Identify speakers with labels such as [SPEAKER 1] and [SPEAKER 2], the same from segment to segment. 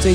[SPEAKER 1] 最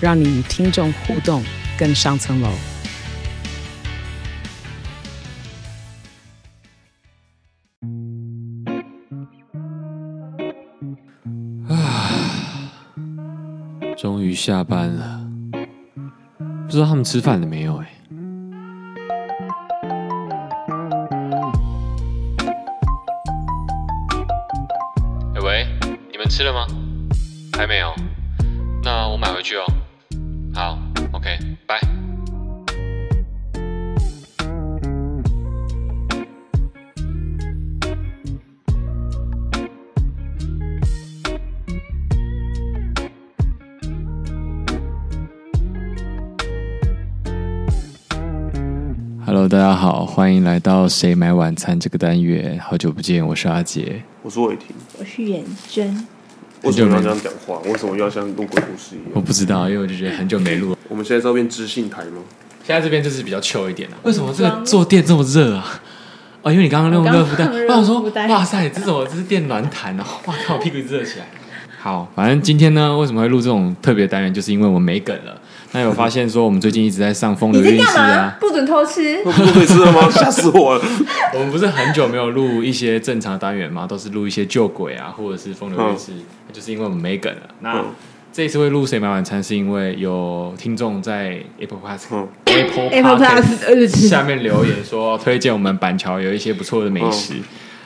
[SPEAKER 1] 让你与听众互动更上层楼。
[SPEAKER 2] 终于下班了，不知道他们吃饭了没有、欸？哎，哎喂，你们吃了吗？还没有，那我买回去哦。好，OK，拜。Hello，大家好，欢迎来到《谁买晚餐》这个单元，好久不见，我是阿杰。
[SPEAKER 3] 我是伟霆，
[SPEAKER 4] 我是远征，
[SPEAKER 3] 为什么要
[SPEAKER 2] 没
[SPEAKER 3] 这样讲话？为什么要像录鬼故事一
[SPEAKER 2] 我
[SPEAKER 3] 样？
[SPEAKER 2] 不知道，因为我就觉得很久没录了。
[SPEAKER 3] 我们现在照片知性台吗？
[SPEAKER 2] 现在这边就是比较秋一点、啊、为什么这个坐垫这么热啊？哦，因为你刚刚用热敷袋，
[SPEAKER 4] 我刚刚
[SPEAKER 2] 我想说
[SPEAKER 4] 用热敷，袋
[SPEAKER 2] 哇塞，这怎么这是电暖毯哦、 哇靠，我屁股热起来。好，反正今天呢，为什么会录这种特别单元，就是因为我没梗了。那有发现说，我们最近一直在上风流
[SPEAKER 4] 你在
[SPEAKER 2] 韵
[SPEAKER 4] 干
[SPEAKER 2] 事
[SPEAKER 4] 嘛
[SPEAKER 2] 啊？，
[SPEAKER 4] 不准偷 吃。
[SPEAKER 3] 不可以吃了吗？吓死我了！
[SPEAKER 2] 我们不是很久没有录一些正常的单元嘛，都是录一些旧鬼啊，或者是风
[SPEAKER 4] 嗯
[SPEAKER 2] 流韵事，就是因为我们没梗了。那、
[SPEAKER 3] 嗯
[SPEAKER 2] 这一次会录谁买晚餐，是因为有听众在 Apple Podcast、
[SPEAKER 3] 嗯
[SPEAKER 2] Apple
[SPEAKER 4] Apple
[SPEAKER 2] Podcast
[SPEAKER 4] Plus 二十七
[SPEAKER 2] 下面留言说哦推荐我们板桥有一些不错的美食。
[SPEAKER 4] 嗯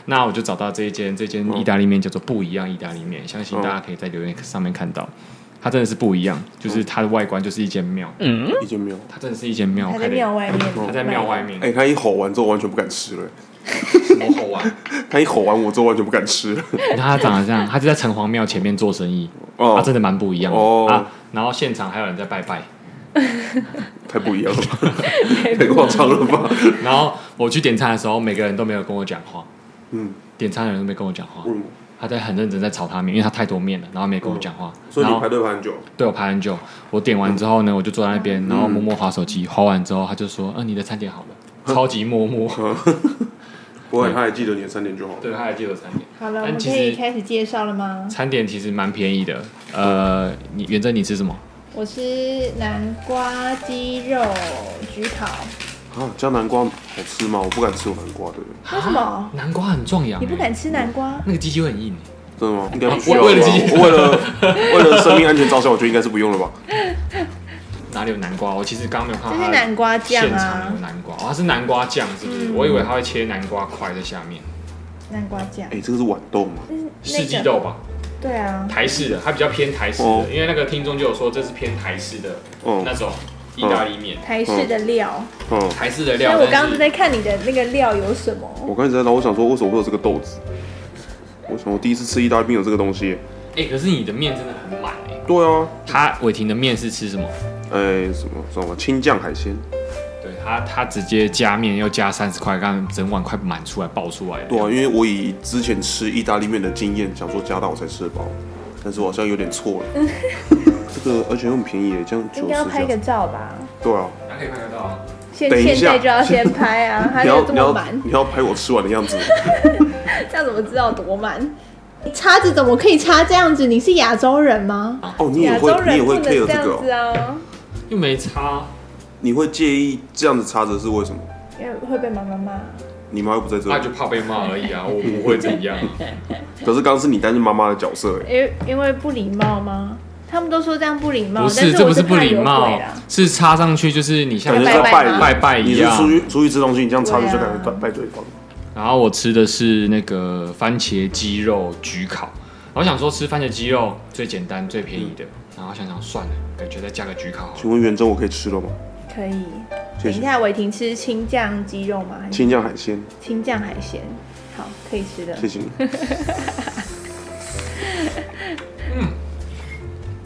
[SPEAKER 2] 那我就找到这一间，这间意大利面叫做不一样意大利面，相
[SPEAKER 4] 嗯
[SPEAKER 2] 信大家可以在留言上面看到，它真的是不一样，
[SPEAKER 4] 嗯
[SPEAKER 2] 就是它的外观就是一间庙，
[SPEAKER 3] 已经没有。
[SPEAKER 2] 它真的是一间庙，
[SPEAKER 4] 他
[SPEAKER 2] 开
[SPEAKER 4] 在
[SPEAKER 2] 的
[SPEAKER 4] 庙，外面，
[SPEAKER 2] 它在庙外面，
[SPEAKER 3] 哎、他一吼完之后完全不敢吃了。
[SPEAKER 2] 什么好 玩？
[SPEAKER 3] 他一吼完我之后完全不敢吃了。
[SPEAKER 2] 你看它长得这样，它就在城隍庙前面做生意，它
[SPEAKER 3] 哦，
[SPEAKER 2] 啊真的蛮不一样的
[SPEAKER 3] 哦
[SPEAKER 2] 啊。然后现场还有人在拜拜，
[SPEAKER 3] 太不一样 了吧？太夸张了吧？
[SPEAKER 2] 然后我去点餐的时候，每个人都没有跟我讲话，
[SPEAKER 3] 嗯，
[SPEAKER 2] 点餐的人都没跟我讲话，
[SPEAKER 3] 嗯，
[SPEAKER 2] 他在很认真在炒他面，因为他太多面了，然后没跟我讲话，
[SPEAKER 3] 嗯所以
[SPEAKER 2] 然
[SPEAKER 3] 你
[SPEAKER 2] 后
[SPEAKER 3] 排队排很久。啊
[SPEAKER 2] 对我排很久。我点完之后呢，我就坐在那
[SPEAKER 3] 嗯
[SPEAKER 2] 边，然后默默划手机，划完之后他就说：“嗯，你的餐点好了。”超级默 默，
[SPEAKER 3] 不过他还记得你的三点就好了。
[SPEAKER 2] 嗯对，他还记得餐点。
[SPEAKER 4] 好了，我
[SPEAKER 2] 但
[SPEAKER 4] 们
[SPEAKER 2] 其
[SPEAKER 4] 可
[SPEAKER 2] 实
[SPEAKER 4] 以开始介绍了吗？
[SPEAKER 2] 餐点其实蛮便宜的，呃，你元真你吃什么？
[SPEAKER 4] 我吃南瓜鸡肉焗烤，
[SPEAKER 3] 啊，加南瓜好吃吗？我不敢吃有南瓜的，
[SPEAKER 4] 为什么？
[SPEAKER 2] 南瓜很壮阳欸，
[SPEAKER 4] 你不敢吃南瓜？
[SPEAKER 2] 那个鸡鸡会很硬欸。
[SPEAKER 3] 真的吗？应该不需
[SPEAKER 2] 我
[SPEAKER 3] 要吧。
[SPEAKER 2] 为了自己
[SPEAKER 3] 我为 了为了生命安全着想，我觉得应该是不用了吧。
[SPEAKER 2] 哪里有南瓜？我其实刚刚没有看
[SPEAKER 4] 这
[SPEAKER 2] 到
[SPEAKER 4] 是
[SPEAKER 2] 它
[SPEAKER 4] 南瓜酱
[SPEAKER 2] 现场有
[SPEAKER 4] 啊，
[SPEAKER 2] 南瓜，哦，它是南瓜酱是不是？
[SPEAKER 4] 嗯
[SPEAKER 2] 我以为它会切南瓜块在下面，
[SPEAKER 4] 南瓜酱
[SPEAKER 3] 哎、。这个是豌豆吗？
[SPEAKER 4] 这是
[SPEAKER 2] 四季
[SPEAKER 4] 那
[SPEAKER 2] 豆
[SPEAKER 4] 个，
[SPEAKER 2] 吧，
[SPEAKER 4] 对啊，
[SPEAKER 2] 台式的，它比较偏台式的
[SPEAKER 3] 哦，
[SPEAKER 2] 因为那个听众就有说这是偏台式的
[SPEAKER 3] 嗯
[SPEAKER 2] 那种意大利面，
[SPEAKER 4] 台式的料。
[SPEAKER 3] 嗯，
[SPEAKER 2] 台式
[SPEAKER 4] 所以
[SPEAKER 2] 的料。
[SPEAKER 4] 我刚
[SPEAKER 2] 但
[SPEAKER 4] 刚
[SPEAKER 2] 是
[SPEAKER 4] 就在看你的那个料有什么。
[SPEAKER 3] 我刚才在，然后我想说，为什么会有这个豆子？我想我第一次吃意大利面有这个东西。
[SPEAKER 2] 哎，可是你的面真的很满哎。
[SPEAKER 3] 对啊，
[SPEAKER 2] 他伟霆的面是吃什么？
[SPEAKER 3] 哎、什么什么青酱海鲜？
[SPEAKER 2] 对他，他直接加面要加三十块，刚整碗快满出来爆出来。
[SPEAKER 3] 对啊，因为我以之前吃意大利面的经验，想说加大我才吃得饱，但是我好像有点错了。 这个而且又很便宜耶，这样九
[SPEAKER 4] 应
[SPEAKER 3] 十
[SPEAKER 4] 该要拍个
[SPEAKER 3] 加。
[SPEAKER 4] 照吧，
[SPEAKER 3] 对啊，
[SPEAKER 2] 大家可以看得到啊。
[SPEAKER 4] 现
[SPEAKER 3] 等一下
[SPEAKER 4] 现在就要先拍 啊，它
[SPEAKER 3] 你
[SPEAKER 4] 就
[SPEAKER 3] 要
[SPEAKER 4] 这
[SPEAKER 3] 你
[SPEAKER 4] 么
[SPEAKER 3] 要
[SPEAKER 4] 满。
[SPEAKER 3] 你要拍我吃完的样子。
[SPEAKER 4] 这样怎么知道多满？叉子怎么可以插这样子？你是亚洲人吗？
[SPEAKER 3] 哦，你也
[SPEAKER 4] 亚洲
[SPEAKER 3] 会你也
[SPEAKER 4] 人不
[SPEAKER 3] 会
[SPEAKER 4] 能
[SPEAKER 3] care 这
[SPEAKER 4] 这
[SPEAKER 3] 个
[SPEAKER 4] 样
[SPEAKER 3] 哦、
[SPEAKER 4] 子啊，
[SPEAKER 2] 又没差，
[SPEAKER 3] 你会介意这样子插着是为什么？
[SPEAKER 4] 因为会被妈妈骂。
[SPEAKER 3] 你妈又不在这
[SPEAKER 2] 他
[SPEAKER 3] 里
[SPEAKER 2] 就。怕被骂而 已啊，我不会怎样啊。
[SPEAKER 3] 可是刚刚是你担任妈妈的角色哎。
[SPEAKER 4] 因为因为不礼貌吗？他们都说这样不礼貌，
[SPEAKER 2] 不
[SPEAKER 4] 哦但
[SPEAKER 2] 是，
[SPEAKER 4] 是
[SPEAKER 2] 这
[SPEAKER 4] 我
[SPEAKER 2] 不是
[SPEAKER 4] 是
[SPEAKER 2] 不
[SPEAKER 4] 怕
[SPEAKER 2] 礼
[SPEAKER 4] 有
[SPEAKER 2] 貌
[SPEAKER 4] 鬼啦，
[SPEAKER 2] 是插上去就是你像
[SPEAKER 3] 感觉
[SPEAKER 4] 拜
[SPEAKER 3] 在
[SPEAKER 4] 拜
[SPEAKER 3] 拜
[SPEAKER 4] 吗
[SPEAKER 2] 拜拜
[SPEAKER 3] 你
[SPEAKER 2] 一
[SPEAKER 3] 是
[SPEAKER 2] 样
[SPEAKER 3] 出。去出去吃东西，你这样插着就
[SPEAKER 4] 对啊
[SPEAKER 3] 感觉拜拜对方。
[SPEAKER 2] 然后我吃的是那个番茄鸡肉焗烤，然后想说吃番茄鸡肉最简单最便宜的，然后想想算了，感觉再加个焗烤好了。
[SPEAKER 3] 请问元真我可以吃了吗？
[SPEAKER 4] 可以。
[SPEAKER 3] 谢
[SPEAKER 4] 等一
[SPEAKER 3] 谢。
[SPEAKER 4] 下，伟霆吃青酱鸡肉吗？还是
[SPEAKER 3] 青酱海鲜，
[SPEAKER 4] 青酱海鲜？好，可以吃的。
[SPEAKER 3] 谢谢你。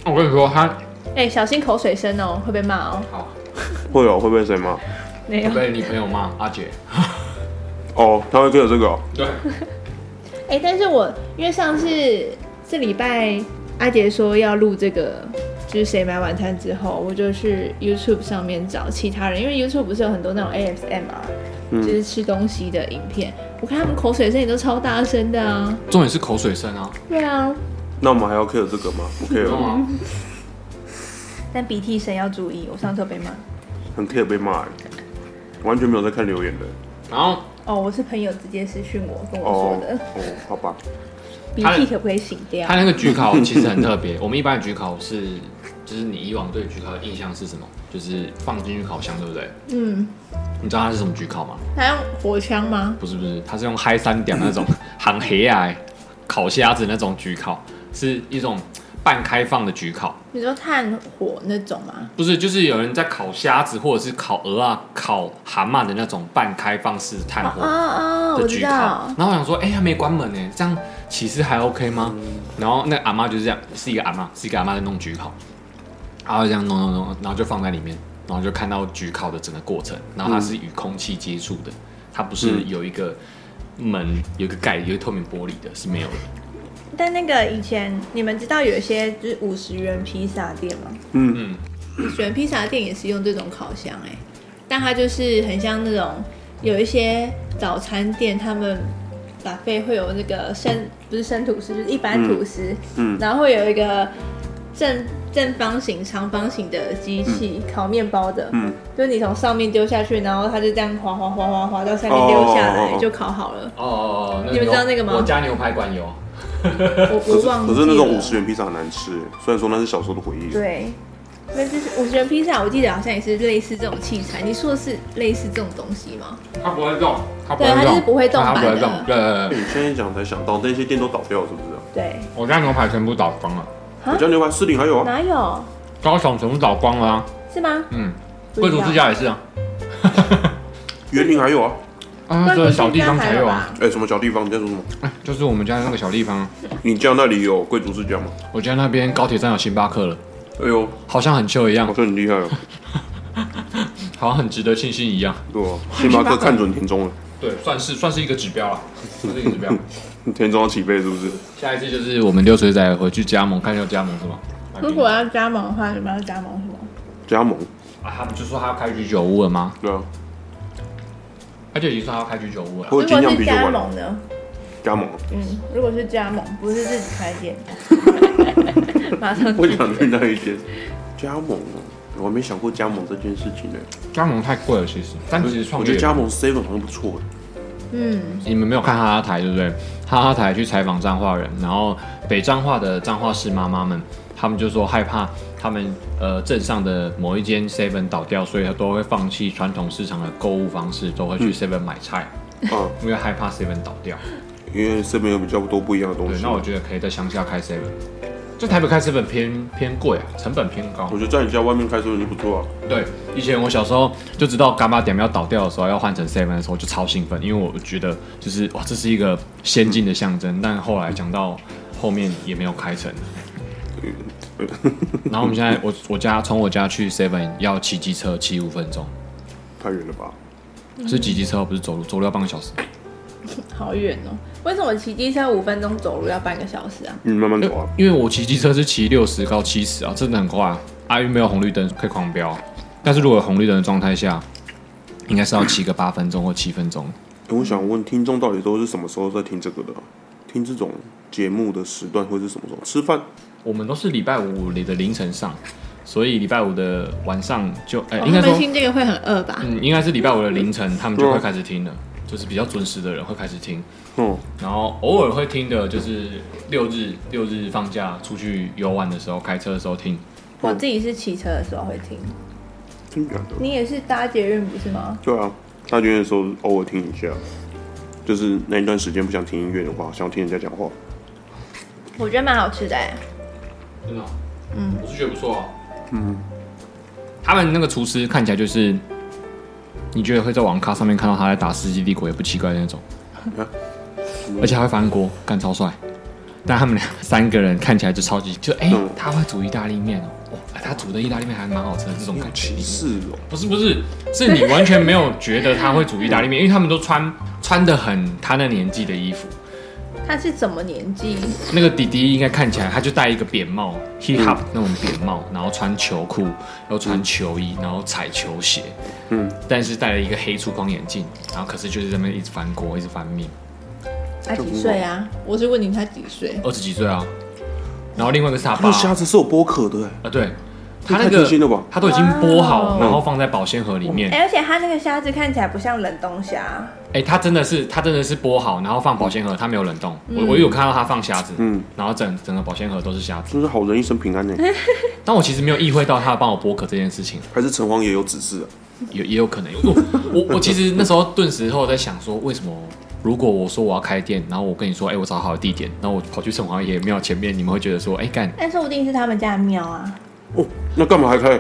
[SPEAKER 2] 哦我跟你说，它
[SPEAKER 4] 哎、小心口水声哦，会被骂哦。
[SPEAKER 2] 好，
[SPEAKER 3] 会有会被谁骂？
[SPEAKER 4] 没有
[SPEAKER 2] 我，被女朋友骂阿姐。
[SPEAKER 3] 哦，他会跟着这个哦、
[SPEAKER 2] 对，
[SPEAKER 4] 哎、但是我因为上次这礼拜阿杰说要录这个，就是谁买晚餐之后，我就去 YouTube 上面找其他人，因为 YouTube 不是有很多那种 ASMR，、就是
[SPEAKER 2] 嗯
[SPEAKER 4] 吃东西的影片，我看他们口水声也都超大声的啊。
[SPEAKER 2] 重点是口水声啊，
[SPEAKER 4] 对啊，
[SPEAKER 3] 那我们还要 care 这个吗？不 care，
[SPEAKER 2] 知道吗？
[SPEAKER 4] 但鼻涕声要注意，我上次有被骂。
[SPEAKER 3] 很 care 被骂欸，完全没有在看留言的。
[SPEAKER 2] 然后
[SPEAKER 4] 哦，我是朋友直接私讯我跟我说的，
[SPEAKER 3] 哦，好吧，
[SPEAKER 4] 鼻
[SPEAKER 2] 他
[SPEAKER 4] 涕可不可以擤掉
[SPEAKER 2] 他？那个焗烤其实很特别。我们一般的焗烤是，就是你以往对焗烤的印象是什么？就是放进去烤箱，对不对？
[SPEAKER 4] 嗯，
[SPEAKER 2] 你知道它是什么焗烤吗？
[SPEAKER 4] 他用火枪吗？
[SPEAKER 2] 不是不是，它是用嗨三点那种含黑啊烤虾子那种焗烤，是一种半开放的焗烤。
[SPEAKER 4] 你说炭火那种吗？
[SPEAKER 2] 不是，就是有人在烤虾子或者是烤鹅啊、烤蛤蟆的那种半开放式炭火
[SPEAKER 4] 啊啊，
[SPEAKER 2] 的
[SPEAKER 4] 我
[SPEAKER 2] 焗
[SPEAKER 4] 知
[SPEAKER 2] 烤
[SPEAKER 4] 道。。
[SPEAKER 2] 然后我想说，哎、还没关门呢，这样其实还 OK 吗？
[SPEAKER 4] 嗯
[SPEAKER 2] 然后那个阿妈就是这样，是一个阿妈，是一个阿妈在弄焗烤，然后这样弄弄弄，然后就放在里面，然后就看到焗烤的整个过程。然后它是与空气接触的，它不是
[SPEAKER 4] 嗯
[SPEAKER 2] 有一个门、有一个盖、有一个透明玻璃的，是没有的。
[SPEAKER 4] 但那个以前你们知道有一些就是五十元披萨店吗？
[SPEAKER 3] 嗯，
[SPEAKER 2] 嗯，
[SPEAKER 4] 五十元披萨店也是用这种烤箱哎、但它就是很像那种有一些早餐店他们。把费会有那个生不是生吐司，就是一般吐司，
[SPEAKER 3] 嗯嗯
[SPEAKER 4] 然后会有一个正正方形、长方形的机器、烤面包的，
[SPEAKER 3] 嗯，
[SPEAKER 4] 就是你从上面丢下去，然后它就这样滑滑滑滑滑到下面丢下来，
[SPEAKER 3] 哦哦哦哦
[SPEAKER 4] 就烤好了。
[SPEAKER 2] 哦哦哦，
[SPEAKER 4] 你们知道那个吗
[SPEAKER 2] 我加牛排管油，
[SPEAKER 4] 我
[SPEAKER 3] 可
[SPEAKER 4] 我
[SPEAKER 3] 是
[SPEAKER 4] 忘记
[SPEAKER 3] 可是
[SPEAKER 4] 了。
[SPEAKER 3] 那种五十元披萨很难吃欸，虽然说那是小时候的回忆。
[SPEAKER 4] 对，那就是五十元披萨，我记得好像也是类似这种器材。你说的是类似这种东西吗？
[SPEAKER 2] 它不会动，它不
[SPEAKER 4] 对它就是不会动
[SPEAKER 2] 它不
[SPEAKER 4] 版的
[SPEAKER 2] 会动。对对
[SPEAKER 3] 哎
[SPEAKER 2] 对，
[SPEAKER 3] 你现在讲才想到，那些店都倒掉了，是不是啊？
[SPEAKER 4] 对，
[SPEAKER 2] 我家牛排全部倒光了，
[SPEAKER 4] 啊
[SPEAKER 3] 我家牛排四零还有啊，
[SPEAKER 4] 哪有？
[SPEAKER 2] 高雄全部倒光了、啊，
[SPEAKER 4] 是吗？
[SPEAKER 2] 嗯，
[SPEAKER 4] 不
[SPEAKER 2] 贵
[SPEAKER 4] 知
[SPEAKER 2] 族
[SPEAKER 4] 道
[SPEAKER 2] 之家也是啊。
[SPEAKER 3] 园林还有啊。
[SPEAKER 2] 啊，
[SPEAKER 4] 贵
[SPEAKER 2] 这
[SPEAKER 4] 族
[SPEAKER 2] 个
[SPEAKER 4] 之
[SPEAKER 2] 小地
[SPEAKER 4] 家
[SPEAKER 2] 方才
[SPEAKER 4] 还
[SPEAKER 2] 有啊，
[SPEAKER 4] 吧？
[SPEAKER 3] 哎、什么小地方？你在说什么？
[SPEAKER 2] 就是我们家那个小地方，
[SPEAKER 3] 你家那里有贵族世家吗？
[SPEAKER 2] 我家那边高铁站有星巴克了，
[SPEAKER 3] 哎呦，
[SPEAKER 2] 好像很秀一样
[SPEAKER 3] 好，像很厉害哦。
[SPEAKER 2] 好像很值得庆幸一样。
[SPEAKER 3] 对啊，星巴克看准田中了，
[SPEAKER 2] 对，算是算是一个指标了， 算是一个指标。
[SPEAKER 3] 田中要起飞是不是？
[SPEAKER 2] 下一次就是我们溜水仔回去加盟，看要加盟什么。
[SPEAKER 4] 如果要加盟的话，你们要加盟什么？
[SPEAKER 3] 加盟，
[SPEAKER 2] 啊，他不就说他要开居酒屋了吗？
[SPEAKER 3] 对啊，
[SPEAKER 2] 他就已经说他要开居酒屋了。
[SPEAKER 3] 我有
[SPEAKER 4] 如果
[SPEAKER 3] 精酿
[SPEAKER 4] 是
[SPEAKER 3] 啤酒
[SPEAKER 4] 加
[SPEAKER 3] 馆啊，
[SPEAKER 4] 盟呢？
[SPEAKER 3] 加盟啊。
[SPEAKER 4] 嗯，如果是加盟，不是自己开店， 马上
[SPEAKER 3] 我
[SPEAKER 4] 自己
[SPEAKER 3] 想去那一 间加盟啊，我还没想过加盟这件事情呢、
[SPEAKER 2] 加盟太贵了，其实，但其实创
[SPEAKER 3] 我
[SPEAKER 2] 业
[SPEAKER 3] 觉得加盟 seven 好像不错、
[SPEAKER 4] 嗯，
[SPEAKER 2] 你们没有看哈哈台对不对？哈哈台去采访彰化人，然后北彰化的彰化市妈妈们，他们就说害怕他们呃镇上的某一间 Seven 倒掉，所以都会放弃传统市场的购物方式，都会去 Seven 买菜，
[SPEAKER 3] 啊，
[SPEAKER 2] 因为害怕 Seven 倒掉。
[SPEAKER 3] 因为 seven 有比较多不一样的东
[SPEAKER 2] 对，
[SPEAKER 3] 西。
[SPEAKER 2] 那我觉得可以在乡下开 Seven，在台北开 Seven 偏偏贵啊，成本偏高
[SPEAKER 3] 我。觉得在你家外面开 seven 就不错啊。
[SPEAKER 2] 对，以前我小时候就知道干巴点要倒掉的时候要换成 seven 的时候，就超兴奋，因为我觉得就是哇，这是一个先进的象征。但后来讲到后面也没有开成。 然后我们现在，我我家从我家去 seven 要骑机车骑五分钟，
[SPEAKER 3] 太远了吧？
[SPEAKER 2] 是骑机车不是走路，走路要半个小时。
[SPEAKER 4] 好远哦。为什么骑机车五分钟走路要半个小时啊？
[SPEAKER 3] 你
[SPEAKER 2] 嗯
[SPEAKER 3] 慢慢走啊。
[SPEAKER 2] 因为我骑机车是骑六十到七十啊，真的很快啊。阿运没有红绿灯可以狂飙，啊但是如果有红绿灯的状态下，应该是要骑个八分钟或七分钟。
[SPEAKER 3] 欸我想问听众到底都是什么时候在听这个的啊、听这种节目的时段会是什么时候？吃饭？
[SPEAKER 2] 我们都是礼拜五的凌晨上，所以礼拜五的晚上就，哎、
[SPEAKER 4] 哦
[SPEAKER 2] 应该
[SPEAKER 4] 他们
[SPEAKER 2] 说，
[SPEAKER 4] 听这个会很饿吧？
[SPEAKER 2] 嗯，应该是礼拜五的凌晨，他们就
[SPEAKER 3] 对啊
[SPEAKER 2] 会开始听了，就是比较准时的人会开始听，
[SPEAKER 3] 嗯，
[SPEAKER 2] 然后偶尔会听的，就是六日六日放假出去游玩的时候，开车的时候听。
[SPEAKER 4] 我自己是骑车的时候会听，
[SPEAKER 3] 真假的？
[SPEAKER 4] 你也是搭捷运不是吗？
[SPEAKER 3] 对啊，大学的时候偶尔哦听一下，就是那一段时间不想听音乐的话，想听人家讲话。
[SPEAKER 4] 我觉得蛮好吃的哎、
[SPEAKER 2] 真的、嗯，我是觉得不错、嗯，他们那个厨师看起来就是，你觉得会在网咖上面看到他在打《世纪帝国》也不奇怪的那种，而且还会翻锅，干超帅。但他们俩三个人看起来就超级就哎、
[SPEAKER 3] 嗯
[SPEAKER 2] 他会煮意大利面哦，哇、他煮的意大利面还蛮好吃的这种
[SPEAKER 3] 你
[SPEAKER 2] 感
[SPEAKER 3] 好
[SPEAKER 2] 觉。
[SPEAKER 3] 歧视哦！
[SPEAKER 2] 不是不是，是你完全没有觉得他会煮意大利面，因为他们都穿穿的很他那年纪的衣服。
[SPEAKER 4] 他是怎么年纪？
[SPEAKER 2] 那个弟弟应该看起来，他就戴一个扁帽，hip hop 那种扁帽，然后穿球裤，然后穿球衣，然后踩球鞋，
[SPEAKER 3] 嗯，
[SPEAKER 2] 但是戴了一个黑粗框眼镜，然后可是就是在那边一直翻锅，一直翻面，
[SPEAKER 4] 他几岁啊？我是问你他几岁？
[SPEAKER 2] 二十几岁啊。然后另外一个是他
[SPEAKER 3] 那
[SPEAKER 2] 爸
[SPEAKER 3] 个虾子是有剥壳的哎，
[SPEAKER 2] 啊，对，
[SPEAKER 3] 这
[SPEAKER 2] 他
[SPEAKER 3] 太
[SPEAKER 2] 那
[SPEAKER 3] 贴心了吧哦
[SPEAKER 2] 个他都已经剥好，
[SPEAKER 4] 哇
[SPEAKER 2] 然后放在保鲜盒里面
[SPEAKER 4] 哎、。而且他那个虾子看起来不像冷冻虾，
[SPEAKER 2] 哎，他真的是他真的是剥好，然后放保鲜盒，他没有冷冻。我我有看到他放虾子，
[SPEAKER 3] 嗯
[SPEAKER 2] 然后整整个保鲜盒都是虾子。
[SPEAKER 3] 真是好人一生平 安呢。
[SPEAKER 2] 但我其实没有意会到他帮我剥壳这件事情。
[SPEAKER 3] 还是城隍爷有指示啊？
[SPEAKER 2] 也也有可能。我我我其实那时候顿时后在想说，为什么如果我说我要开店，然后我跟你说，哎、我找好了地点，然后我跑去城隍爷庙前面，你们会觉得说，哎、干，
[SPEAKER 4] 但说不定是他们家的庙啊。
[SPEAKER 3] 哦，那干嘛还开？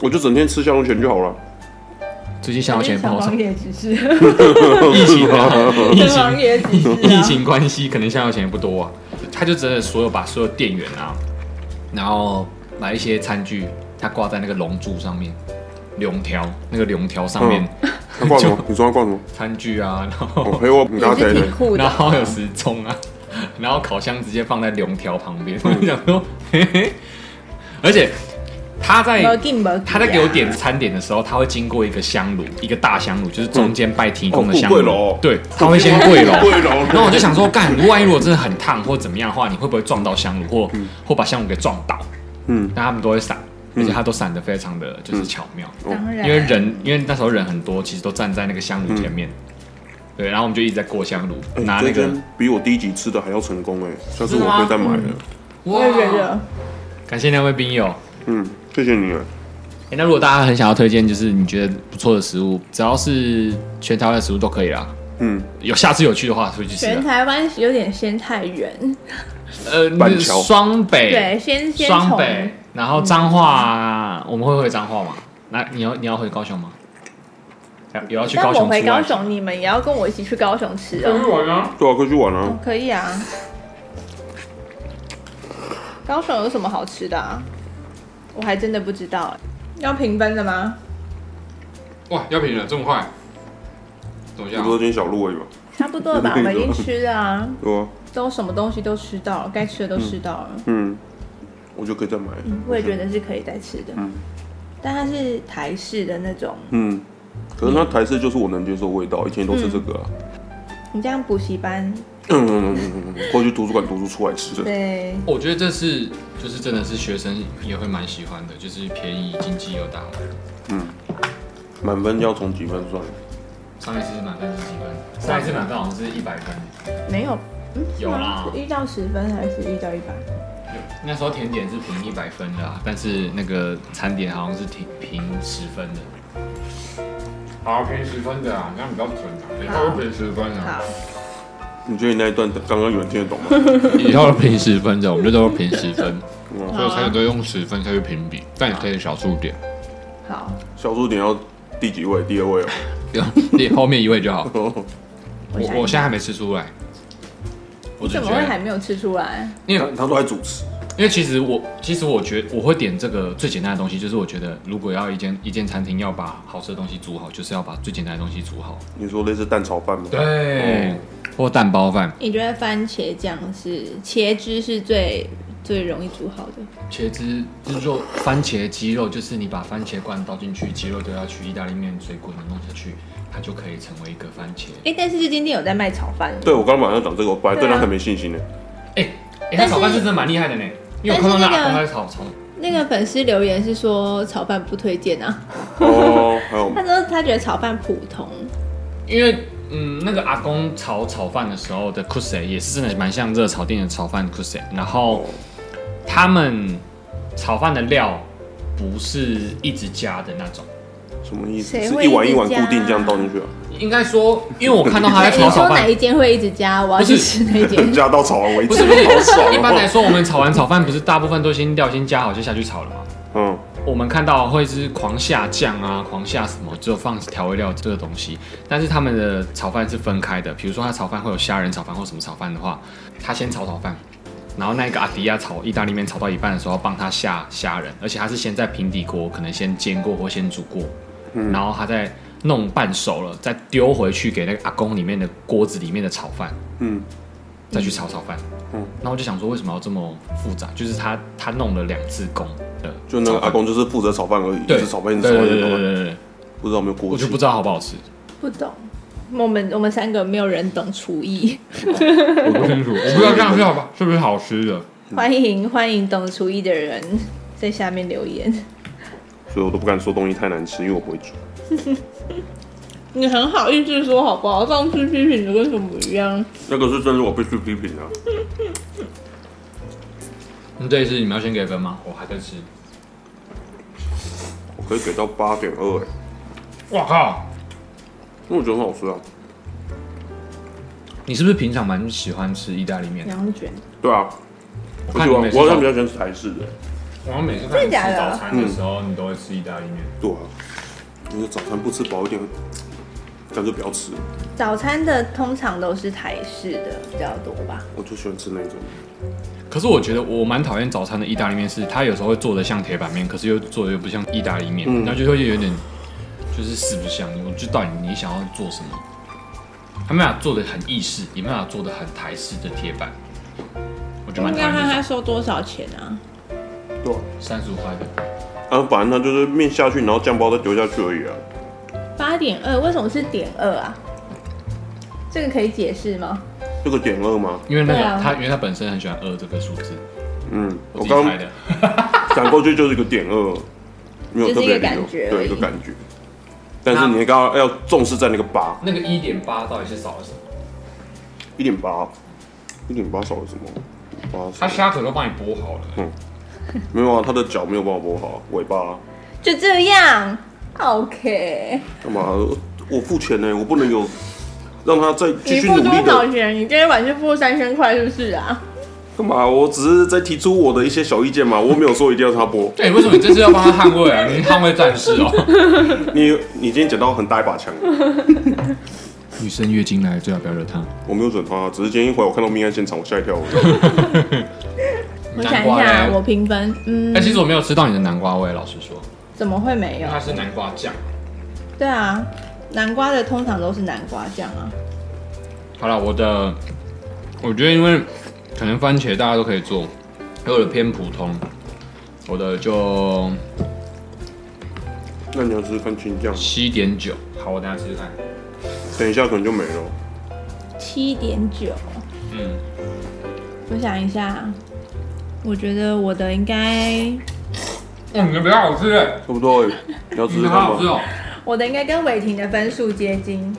[SPEAKER 3] 我就整天吃香龙泉就好了。
[SPEAKER 2] 最近想要钱不好
[SPEAKER 4] 还
[SPEAKER 2] 找
[SPEAKER 4] 是，爷只是，
[SPEAKER 2] 疫情啊，疫
[SPEAKER 4] 王
[SPEAKER 2] 情
[SPEAKER 4] 爷只是、啊、
[SPEAKER 2] 疫情关系，可能想要钱也不多啊。他就真的所有把所有店员啊，然后买一些餐具，他挂在那个龙柱上面，龙条那个龙条上面、
[SPEAKER 3] 他挂什 么？你说他挂什么？
[SPEAKER 2] 餐具啊，然
[SPEAKER 3] 哦，
[SPEAKER 2] 后
[SPEAKER 3] 陪我，你跟他
[SPEAKER 4] 也
[SPEAKER 3] 在
[SPEAKER 4] 是
[SPEAKER 3] 呢
[SPEAKER 4] 挺。酷的
[SPEAKER 2] 然。后有时钟啊， 然后烤箱直接放在龙条旁边， 我就想说，嘿嘿，而且他
[SPEAKER 4] 没
[SPEAKER 2] 在
[SPEAKER 4] 劲没劲啊
[SPEAKER 2] 哎他在给我点餐点的时候，他会经过一个香炉，一个大香炉，就是中间拜提供的香
[SPEAKER 3] 哦跪
[SPEAKER 2] 炉
[SPEAKER 3] 楼，
[SPEAKER 2] 对，他会先跪楼。
[SPEAKER 3] 跪楼。
[SPEAKER 2] 哦然后我就想说，干，万一如果真的很烫或怎么样的话，你会不会撞到香炉，或或把香炉给撞倒？
[SPEAKER 3] 嗯，
[SPEAKER 2] 但他们都会闪，而且他都闪得非常的就是巧妙。
[SPEAKER 4] 当然，
[SPEAKER 2] 因为人，因为那时候人很多，其实都站在那个香炉前面，对，然后我们就一直在过香炉，
[SPEAKER 3] 嗯哎
[SPEAKER 2] 拿
[SPEAKER 3] 这
[SPEAKER 2] 那个
[SPEAKER 3] 间比我第一集吃的还要成功哎，下次
[SPEAKER 2] 真的
[SPEAKER 3] 我
[SPEAKER 2] 吗
[SPEAKER 3] 会再买的。
[SPEAKER 4] 我也觉得
[SPEAKER 2] 感谢那位宾友。
[SPEAKER 3] 嗯，谢谢你啊。
[SPEAKER 2] 哎，那如果大家很想要推荐，就是你觉得不错的食物，只要是全台湾的食物都可以啦。
[SPEAKER 3] 嗯，
[SPEAKER 2] 有下次有去的话，会去吃啊。
[SPEAKER 4] 全台湾有点先太远，
[SPEAKER 2] 呃，
[SPEAKER 3] 板桥
[SPEAKER 2] 双北，
[SPEAKER 4] 对，，先先
[SPEAKER 2] 双
[SPEAKER 4] 从
[SPEAKER 2] 北，然后彰化，我们会回彰化吗？那你要你要回高雄吗？有有要去
[SPEAKER 4] 但
[SPEAKER 2] 高
[SPEAKER 4] 我
[SPEAKER 2] 雄
[SPEAKER 4] 回
[SPEAKER 2] 出
[SPEAKER 4] 高
[SPEAKER 2] 外
[SPEAKER 4] 雄，你们也要跟我一起去高雄吃
[SPEAKER 2] 景
[SPEAKER 4] 哦。
[SPEAKER 2] 玩啊！
[SPEAKER 3] 对啊，可以去玩啊。
[SPEAKER 4] 可以啊。高雄有什么好吃的啊？我还真的不知道、要评分的吗？
[SPEAKER 2] 哇，要平了，这么快？等一
[SPEAKER 3] 你不是今天小鹿而已吧？
[SPEAKER 4] 差不多了吧，我们已经吃了啊，
[SPEAKER 3] 对啊，
[SPEAKER 4] 都什么东西都吃到了，该吃的都吃到了。嗯
[SPEAKER 3] 嗯，我就可以再买。
[SPEAKER 4] 我也觉得是可以再吃的，
[SPEAKER 3] 嗯
[SPEAKER 4] 但它是台式的那种。
[SPEAKER 3] 嗯，可是它台式就是我能接受的味道，以前都吃这个啊。
[SPEAKER 4] 你这样补习班，
[SPEAKER 3] 嗯嗯嗯嗯，过去图书馆读书出来吃的。
[SPEAKER 4] 对，
[SPEAKER 2] 我觉得这是就是真的是学生也会蛮喜欢的，就是便宜、经济又大碗。
[SPEAKER 3] 满分要从几分算？
[SPEAKER 2] 上一次是满分是几分？上一次满分好像是一百分。
[SPEAKER 4] 没有，嗯，是
[SPEAKER 2] 有
[SPEAKER 4] 吗
[SPEAKER 2] 啦
[SPEAKER 4] 是一到十分还是一到一百？
[SPEAKER 2] 那时候甜点是评一百分的、啊，但是那个餐点好像是评评十分的。好，评十分的啊，这样比较准啊。以
[SPEAKER 4] 后会
[SPEAKER 2] 评十分啊
[SPEAKER 4] 好，，
[SPEAKER 3] 你觉得你那一段刚刚有人听得懂 吗？
[SPEAKER 2] 以后评十分的，我们就都评 十分，
[SPEAKER 3] 嗯
[SPEAKER 2] 所以才有都用十分下去评比，但也可以少数点，
[SPEAKER 4] 好，
[SPEAKER 3] 小数点要第几位？第二位
[SPEAKER 2] 你后面一位就好。
[SPEAKER 3] 哦。
[SPEAKER 2] 我
[SPEAKER 4] 想
[SPEAKER 2] 我现在还没吃出来，我只
[SPEAKER 4] 怎
[SPEAKER 2] 觉
[SPEAKER 4] 么会
[SPEAKER 2] 得
[SPEAKER 4] 还没有吃出来？
[SPEAKER 2] 因为
[SPEAKER 3] 他他都在主持。
[SPEAKER 2] 因为其实我其实我觉得我会点这个最简单的东西，就是我觉得如果要一间一间餐厅要把好吃的东西煮好，就是要把最简单的东西煮好。
[SPEAKER 3] 你说类似蛋炒饭吗？
[SPEAKER 2] 对，或蛋包饭，
[SPEAKER 4] 你觉得番茄酱是茄汁是最最容易煮好的？
[SPEAKER 2] 茄汁就是肉番茄鸡肉，就是你把番茄罐倒进去，鸡肉丢下去，意大利面水滚了弄下去，它就可以成为一个番茄。
[SPEAKER 4] 哎、但是这间店有在卖炒饭，
[SPEAKER 3] 对，我刚刚马上讲这个，我本来对
[SPEAKER 4] 对啊
[SPEAKER 3] 他很没信心呢。
[SPEAKER 2] 哎、哎，它
[SPEAKER 4] 但是
[SPEAKER 2] 炒饭是真的蛮厉害的呢，因为我看到那阿公在炒炒，
[SPEAKER 4] 那个粉丝留言是说炒饭不推荐啊，
[SPEAKER 3] 哦，还有
[SPEAKER 4] 他说他觉得炒饭普通，
[SPEAKER 2] 因为。嗯，那个阿公炒炒饭的时候的 c u s e 也是真的蛮像热炒店的炒饭 c u s e 然后他们炒饭的料不是一直加的那种，
[SPEAKER 3] 什么意思？
[SPEAKER 4] 谁
[SPEAKER 3] 是
[SPEAKER 4] 会
[SPEAKER 3] 一碗一碗
[SPEAKER 4] 一直加
[SPEAKER 3] 固定这样倒进去啊？
[SPEAKER 2] 应该说，因为我看到他在
[SPEAKER 4] 哎 你
[SPEAKER 2] 炒炒
[SPEAKER 4] 说哪
[SPEAKER 2] 饭，
[SPEAKER 4] 一间会一直加？我要啊去
[SPEAKER 2] 不是
[SPEAKER 4] 吃那一 间。
[SPEAKER 3] 加到炒啊完为止，
[SPEAKER 2] 不是不是
[SPEAKER 3] 好爽哦
[SPEAKER 2] 一般来说，我们炒完炒饭不是大部分都先料先加好就下去炒了吗？
[SPEAKER 3] 嗯，
[SPEAKER 2] 我们看到会是狂下酱啊，狂下什么，就放调味料这个东西。但是他们的炒饭是分开的，比如说他炒饭会有虾仁炒饭或什么炒饭的话，他先炒炒饭，然后那个阿迪亚炒意大利面炒到一半的时候，帮他下虾仁，而且他是先在平底锅可能先煎过或先煮过，
[SPEAKER 3] 嗯
[SPEAKER 2] 然后他再弄半熟了，再丢回去给那个阿公里面的锅子里面的炒饭，
[SPEAKER 3] 嗯，
[SPEAKER 2] 再去炒炒饭。
[SPEAKER 3] 嗯
[SPEAKER 2] 嗯，那我就想说为什么要这么复杂？就是他他弄了两次工的
[SPEAKER 3] 就那
[SPEAKER 2] 炒
[SPEAKER 3] 个
[SPEAKER 2] 饭
[SPEAKER 3] 阿公就是负责炒饭而已，一
[SPEAKER 2] 对
[SPEAKER 3] 直炒饭，一直
[SPEAKER 2] 对
[SPEAKER 3] 炒饭，
[SPEAKER 2] 对
[SPEAKER 3] 一直
[SPEAKER 2] 对
[SPEAKER 3] 炒
[SPEAKER 2] 对
[SPEAKER 3] 饭，
[SPEAKER 2] 对对，
[SPEAKER 3] 不知道有没有过
[SPEAKER 2] 我
[SPEAKER 3] 期
[SPEAKER 2] 就不。知道好不好吃，
[SPEAKER 4] 不懂。我们我们三个没有人懂厨艺，
[SPEAKER 2] 我不清楚，我不知道这样是好吧？是不是好吃的？
[SPEAKER 4] 欢迎欢迎懂厨艺的人在下面留言。
[SPEAKER 3] 所以我都不敢说东西太难吃，因为我不会煮。
[SPEAKER 4] 你很好意思说好不好？上次批评的跟什么不一样？
[SPEAKER 3] 那个是真的，我必须批评啊的、
[SPEAKER 2] 那这一次你们要先给分吗？我还在吃。
[SPEAKER 3] 我可以给到八点二哎，
[SPEAKER 2] 哇靠！
[SPEAKER 3] 因为我觉得很好吃啊。
[SPEAKER 2] 你是不是平常蛮喜欢吃意大利面的？
[SPEAKER 4] 羊卷
[SPEAKER 3] 对啊，而且
[SPEAKER 2] 我看你
[SPEAKER 3] 我
[SPEAKER 2] 每次
[SPEAKER 3] 我好像比
[SPEAKER 2] 都
[SPEAKER 3] 较喜欢吃台式的、
[SPEAKER 2] 我好像每次看
[SPEAKER 4] 真的
[SPEAKER 2] 你
[SPEAKER 4] 假
[SPEAKER 2] 吃
[SPEAKER 4] 的
[SPEAKER 2] 早餐的时
[SPEAKER 3] 嗯
[SPEAKER 2] 候，你都会吃意大利面。
[SPEAKER 3] 对啊，因为早餐不吃饱一点，干脆不要吃。
[SPEAKER 4] 早餐的通常都是台式的比较多吧？
[SPEAKER 3] 我就喜欢吃那种，
[SPEAKER 2] 可是我觉得我蛮讨厌早餐的意大利面，是它有时候会做的像铁板面，可是又做的又不像意大利面，
[SPEAKER 3] 嗯
[SPEAKER 2] 然后就会有点就是四不像。我就到底你想要做什么？他没办法做的很意式，也没办法做的很台式的铁板。我就蛮
[SPEAKER 4] 应
[SPEAKER 2] 讨
[SPEAKER 4] 该
[SPEAKER 2] 厌
[SPEAKER 4] 看
[SPEAKER 2] 这
[SPEAKER 4] 他
[SPEAKER 2] 种
[SPEAKER 4] 收多少钱啊？
[SPEAKER 3] 对啊，
[SPEAKER 2] 三十五块的。
[SPEAKER 3] 然后啊反正它就是面下去，然后酱包再丢下去而已啊。
[SPEAKER 4] 八点二，为什么是点二啊？这个可以解释吗？
[SPEAKER 3] 这个点二吗？
[SPEAKER 2] 因为那
[SPEAKER 4] 对
[SPEAKER 2] 个、
[SPEAKER 4] 啊
[SPEAKER 2] 他，因为他本身很喜欢二这个数字，
[SPEAKER 3] 嗯，
[SPEAKER 2] 我
[SPEAKER 3] 我
[SPEAKER 2] 自己
[SPEAKER 3] 刚
[SPEAKER 2] 猜的。
[SPEAKER 3] 赶过去就是一个点二，没有特别的理由
[SPEAKER 4] 就是一个感觉而
[SPEAKER 3] 对
[SPEAKER 4] 已
[SPEAKER 3] 一个感觉。但是你刚刚要重视在那个八
[SPEAKER 2] 那个一点八到底是少了什么？
[SPEAKER 3] 一点八，一点八少了什么？八少
[SPEAKER 2] 他
[SPEAKER 3] 了
[SPEAKER 2] 虾壳都帮你剥好了、
[SPEAKER 3] 没有啊，它的脚没有帮我剥好，尾巴
[SPEAKER 4] 就这样，OK。
[SPEAKER 3] 干嘛？我付钱呢、我不能有让它再继
[SPEAKER 4] 你
[SPEAKER 3] 续
[SPEAKER 4] 付
[SPEAKER 3] 努力
[SPEAKER 4] 多少
[SPEAKER 3] 的
[SPEAKER 4] 钱？你今天晚上付三千块是不是啊？
[SPEAKER 3] 干嘛？我只是在提出我的一些小意见嘛，我没有说一定要它剥。
[SPEAKER 2] 对，哎为什么你这次要帮他捍卫 啊？你是捍卫战士哦、
[SPEAKER 3] 你你今天捡到很大一把枪，
[SPEAKER 2] 女生月经来最好不要惹她。
[SPEAKER 3] 我没有准它，只是今天一会儿我看到命案现场，我吓一跳而已。
[SPEAKER 2] 嗯
[SPEAKER 4] 我想一下，我评分，嗯
[SPEAKER 2] 哎、，其实我没有吃到你的南瓜味，老实说，
[SPEAKER 4] 怎么会没
[SPEAKER 2] 因
[SPEAKER 4] 有
[SPEAKER 2] 为？它是南瓜酱。
[SPEAKER 4] 对啊，南瓜的通常都是南瓜酱啊。
[SPEAKER 2] 好了，我的，我觉得因为可能番茄大家都可以做，我的偏普通，我的就
[SPEAKER 3] 那你要试试看青酱，
[SPEAKER 2] 七点九。好，我等一下试试看。
[SPEAKER 3] 等一下可能就没了。
[SPEAKER 4] 七点九，
[SPEAKER 2] 嗯，
[SPEAKER 4] 我想一下，我觉得我的应该，
[SPEAKER 2] 哦，你的比较好吃哎，
[SPEAKER 3] 差不多、欸，你要试试
[SPEAKER 2] 你的
[SPEAKER 3] 看
[SPEAKER 2] 好好吃
[SPEAKER 3] 吗？
[SPEAKER 2] 哦、
[SPEAKER 4] 我的应该跟伟霆的分数接近。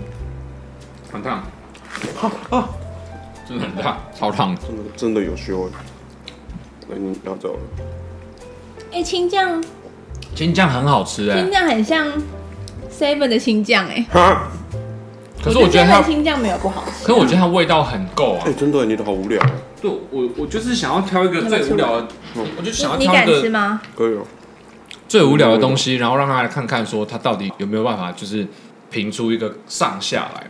[SPEAKER 2] 很烫。啊哦真的很烫，超烫的。
[SPEAKER 3] 真的真的有修、欸，那你拿走了。
[SPEAKER 4] 哎、青酱，
[SPEAKER 2] 青酱很好吃哎、
[SPEAKER 4] 青酱很像 Seven 的青酱哎、
[SPEAKER 3] 哈，
[SPEAKER 2] 可是我觉得它
[SPEAKER 4] Seven 青酱没有不好吃。
[SPEAKER 2] 可是我觉得它味道很够啊
[SPEAKER 3] 哎、。真的、欸，你的好无聊、啊。
[SPEAKER 2] 对，我我就是想要挑一个最无聊的，我就想要
[SPEAKER 4] 你
[SPEAKER 2] 挑
[SPEAKER 4] 敢
[SPEAKER 2] 一
[SPEAKER 4] 吃
[SPEAKER 2] 个
[SPEAKER 4] 吗？
[SPEAKER 3] 可以哦、
[SPEAKER 2] 最无聊的东西，然后让他来看看说他到底有没有办法，就是评出一个上下来。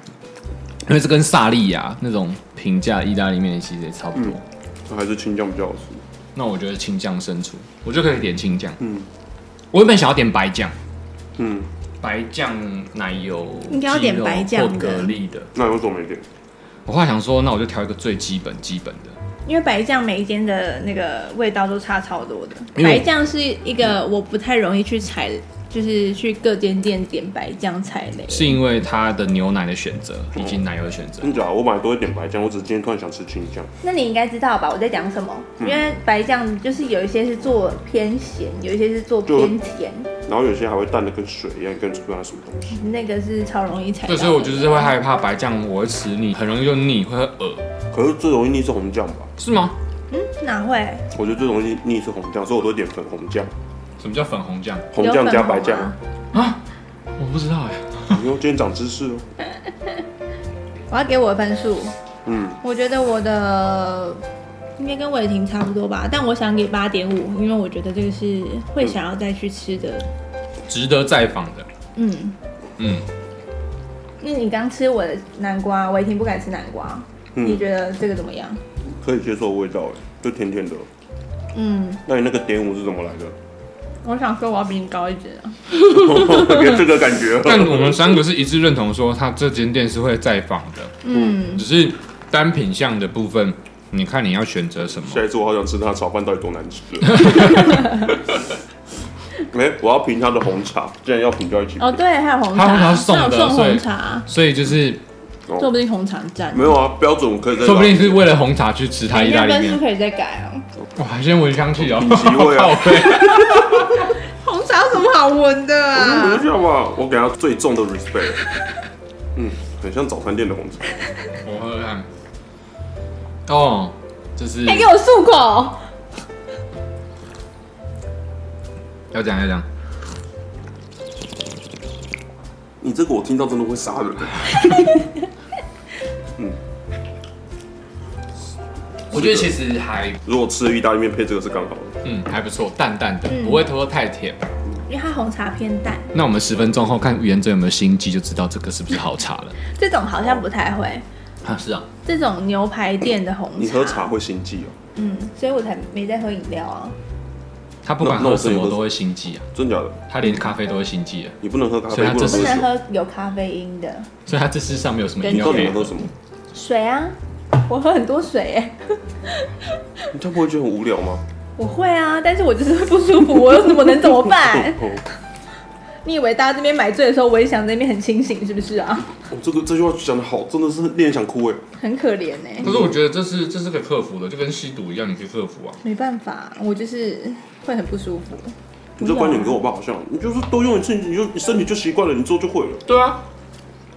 [SPEAKER 2] 因为这跟萨莉亚那种平价意大利面其实也差不多。
[SPEAKER 3] 那还是青酱比较好吃。
[SPEAKER 2] 那我觉得青酱胜出，我就可以点青酱。
[SPEAKER 3] 嗯
[SPEAKER 2] 我原本想要点白酱，
[SPEAKER 3] 嗯，
[SPEAKER 2] 白酱奶油，
[SPEAKER 4] 应该要点
[SPEAKER 2] 鸡肉
[SPEAKER 4] 白酱
[SPEAKER 2] 或
[SPEAKER 4] 的
[SPEAKER 2] 蛤蜊的。
[SPEAKER 3] 那有什么没点？
[SPEAKER 2] 我后来想说，那我就挑一个最基本基本的。
[SPEAKER 4] 因为白酱每一间的那个味道都差超多的。
[SPEAKER 2] 因为我
[SPEAKER 4] 白酱是一个我不太容易去踩，就是去各间店点白酱踩雷。
[SPEAKER 2] 是因为它的牛奶的选择以及奶油的选择。
[SPEAKER 3] 真假？我本来都会点白酱，我只是今天突然想吃青酱。
[SPEAKER 4] 那你应该知道吧？我在讲什么？
[SPEAKER 2] 嗯
[SPEAKER 4] 因为白酱就是有一些是做偏咸，有一些是做偏甜，
[SPEAKER 3] 然后有些还会淡的跟水一样，跟不知道它什么东西。
[SPEAKER 4] 那个是超容易踩到
[SPEAKER 2] 对，
[SPEAKER 4] 的。
[SPEAKER 2] 所以我就是会害怕白酱，我会吃腻，很容易就腻，会恶，
[SPEAKER 3] 可是最容易腻是红酱吧？
[SPEAKER 2] 是吗？
[SPEAKER 4] 嗯哪会？
[SPEAKER 3] 我觉得最容易腻是红酱，所以我都会点粉红酱，
[SPEAKER 2] 什么叫粉红酱
[SPEAKER 3] 红
[SPEAKER 4] 有
[SPEAKER 3] 酱
[SPEAKER 4] 粉
[SPEAKER 3] 加
[SPEAKER 4] 红
[SPEAKER 3] 白酱。
[SPEAKER 4] 吗
[SPEAKER 2] 啊？我不知道哎、
[SPEAKER 3] 你又今天长知识哦。
[SPEAKER 4] 我要给我的分数，
[SPEAKER 3] 嗯，
[SPEAKER 4] 我觉得我的应该跟伟霆差不多吧，但我想给八点五，因为我觉得这个是
[SPEAKER 2] 嗯
[SPEAKER 4] 会想要再去吃的。
[SPEAKER 2] 值得再访的。
[SPEAKER 4] 嗯，
[SPEAKER 2] 嗯，
[SPEAKER 4] 那你刚吃我的南瓜，伟霆不敢吃南瓜，
[SPEAKER 3] 嗯
[SPEAKER 4] 你觉得这个怎么样？
[SPEAKER 3] 可以接受的味道哎。就甜甜的。
[SPEAKER 4] 嗯，
[SPEAKER 3] 那你那个点五是怎么来的？
[SPEAKER 4] 我想说我要比你高一点啊。
[SPEAKER 3] 有这个感觉。哦
[SPEAKER 2] 但我们三个是一致认同说，它这间店是会再访的，
[SPEAKER 4] 嗯，
[SPEAKER 2] 只是单品项的部分，你看你要选择什么。
[SPEAKER 3] 下一次我好想吃他的炒饭到底多难吃。 没，我要品他的红茶，既然要品就要一起。
[SPEAKER 4] 哦对，还有红
[SPEAKER 2] 他红
[SPEAKER 4] 茶，
[SPEAKER 2] 茶是送的
[SPEAKER 4] 那有送
[SPEAKER 2] 所以
[SPEAKER 4] 红茶，
[SPEAKER 2] 所以就是，
[SPEAKER 3] 哦
[SPEAKER 4] 说不定红茶站。
[SPEAKER 3] 没有啊，标准我可以再。
[SPEAKER 2] 说不定是为了红茶去吃它意大利
[SPEAKER 4] 分数
[SPEAKER 2] 面。
[SPEAKER 4] 可以再改哦。
[SPEAKER 2] 哇，先闻香 气哦，
[SPEAKER 3] 品级味啊
[SPEAKER 2] 靠背
[SPEAKER 4] 红茶有什么好闻的
[SPEAKER 3] 我
[SPEAKER 4] 啊？
[SPEAKER 3] 就要吧，我给他最重的 respect。嗯，很像早餐店的红茶。
[SPEAKER 2] 我喝喝看。哦，就是
[SPEAKER 4] 哎、给我漱口。
[SPEAKER 2] 要讲要讲，
[SPEAKER 3] 你这个我听到真的会杀人。欸
[SPEAKER 2] 我觉得其实还
[SPEAKER 3] 如果吃意大利面配这个是刚好的。
[SPEAKER 2] 嗯还不错，淡淡的，
[SPEAKER 4] 嗯
[SPEAKER 2] 不会拖太甜。
[SPEAKER 4] 因为它红茶偏淡，
[SPEAKER 2] 那我们十分钟后看元真有没有心机，就知道这个是不是好茶了。
[SPEAKER 4] 这种好像不太会。
[SPEAKER 2] 啊，是啊，
[SPEAKER 4] 这种牛排店的红茶，
[SPEAKER 3] 你喝茶会心悸哦，
[SPEAKER 4] 嗯，所以我才没在喝饮料啊。
[SPEAKER 2] 他不管
[SPEAKER 3] 那那
[SPEAKER 2] 喝
[SPEAKER 3] 我
[SPEAKER 2] 什么
[SPEAKER 3] 可以
[SPEAKER 2] 都会心机啊，
[SPEAKER 3] 真假的？
[SPEAKER 2] 他连咖啡都会心机啊，
[SPEAKER 3] 你不能喝咖啡，
[SPEAKER 2] 所以他
[SPEAKER 3] 不
[SPEAKER 2] 这
[SPEAKER 3] 能喝
[SPEAKER 2] 是
[SPEAKER 4] 不能
[SPEAKER 3] 酒。
[SPEAKER 4] 喝有咖啡因的
[SPEAKER 2] 所以他这世上没有什么
[SPEAKER 4] 跟
[SPEAKER 2] 饮
[SPEAKER 3] 你
[SPEAKER 2] 料
[SPEAKER 3] 到
[SPEAKER 2] 可
[SPEAKER 3] 底
[SPEAKER 2] 以
[SPEAKER 3] 能喝
[SPEAKER 2] 喝。
[SPEAKER 3] 什么？
[SPEAKER 4] 水啊，我喝很多水哎、
[SPEAKER 3] 你这样不会觉得很无聊吗？
[SPEAKER 4] 我会啊，但是我就是会不舒 服，我又我能怎么办？
[SPEAKER 3] 哦，
[SPEAKER 4] 你以为大家这边买醉的时候，我也想在那边很清醒，是不是啊？
[SPEAKER 3] 哦这个这句话讲的好，真的是令人想哭哎。
[SPEAKER 4] 很可怜哎、
[SPEAKER 2] 可是我觉得这是这是可以克服的，就跟吸毒一样，你可以克服啊。
[SPEAKER 4] 没办法，我就是会很不舒服。
[SPEAKER 3] 你这观点跟我爸好像，你就是多用一次，你就你身体就习惯了，你做就会了。
[SPEAKER 2] 对啊，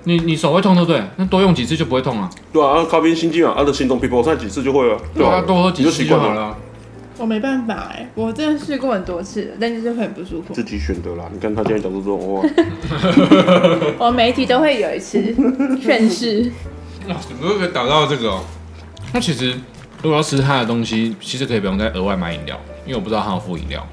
[SPEAKER 2] 你你手会痛对不对？那多用几次就不会痛了。
[SPEAKER 3] 对啊，啊咖啡因心悸嘛，啊的心动 people 再几次就会了，对
[SPEAKER 2] 对
[SPEAKER 3] 吧、
[SPEAKER 2] 啊，多喝
[SPEAKER 3] 你
[SPEAKER 2] 几
[SPEAKER 3] 就
[SPEAKER 2] 次
[SPEAKER 3] 习
[SPEAKER 2] 就
[SPEAKER 3] 惯
[SPEAKER 2] 好了。啊。
[SPEAKER 4] 我没办法哎、我真的试过很多次了，但就是会很不舒服
[SPEAKER 3] 自。己选的啦。你看他今天讲出这种话，
[SPEAKER 4] 我每一集都会有一次劝世，
[SPEAKER 2] 哇，怎么可以打到这个、哦？那其实如果要吃它的东西，其实可以不用再额外买饮料，因为我不知道它有附饮料。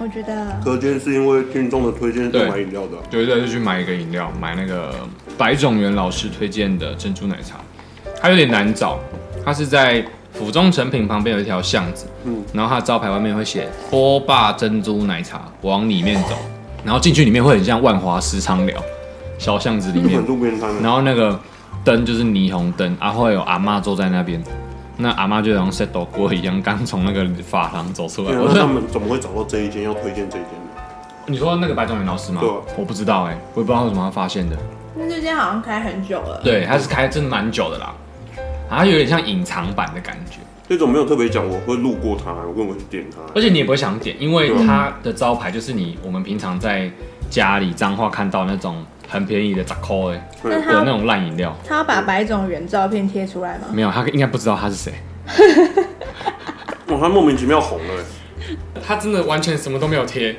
[SPEAKER 4] 我觉得
[SPEAKER 3] 可见是因为听众的推荐
[SPEAKER 2] 对
[SPEAKER 3] 是买饮料的啊、
[SPEAKER 2] 有一次就去买一个饮料，买那个白种元老师推荐的珍珠奶茶，它有点难找，它是在府中成品旁边有一条巷子，嗯，然后它的招牌外面会写“波霸珍珠奶茶”，往里面走，然后进去里面会很像万华私仓寮小巷子里
[SPEAKER 3] 日
[SPEAKER 2] 面
[SPEAKER 3] 本，路边摊啊，
[SPEAKER 2] 然后那个灯就是霓虹灯，然后会有阿嬷坐在那边，那阿嬷就好像 set 到锅一样，刚从那个发廊走出来。
[SPEAKER 3] 对啊
[SPEAKER 2] 我
[SPEAKER 3] 那他
[SPEAKER 2] 说
[SPEAKER 3] 们怎么会找到这一间要推荐这一间呢？
[SPEAKER 2] 你说那个白种元老师吗？
[SPEAKER 3] 对啊
[SPEAKER 2] 我不知道哎、我也不知道为什么他发现的。
[SPEAKER 4] 那这间好像开很久了。
[SPEAKER 2] 对，它是开真的蛮久的啦，然后有点像隐藏版的感觉，
[SPEAKER 3] 这种没有特别讲，我会路过它，我根本会去点它。
[SPEAKER 2] 而且你也不会想点，因为它的招牌就是你我们平常在家里彰化看到那种很便宜的杂扣哎
[SPEAKER 4] 那
[SPEAKER 2] 的那
[SPEAKER 4] 他
[SPEAKER 2] 种烂饮料，
[SPEAKER 4] 他要把白种人照片贴出来吗？
[SPEAKER 2] 没有，他应该不知道他是谁，
[SPEAKER 3] 哇，他莫名其妙红了、欸，
[SPEAKER 2] 他真的完全什么都没有贴，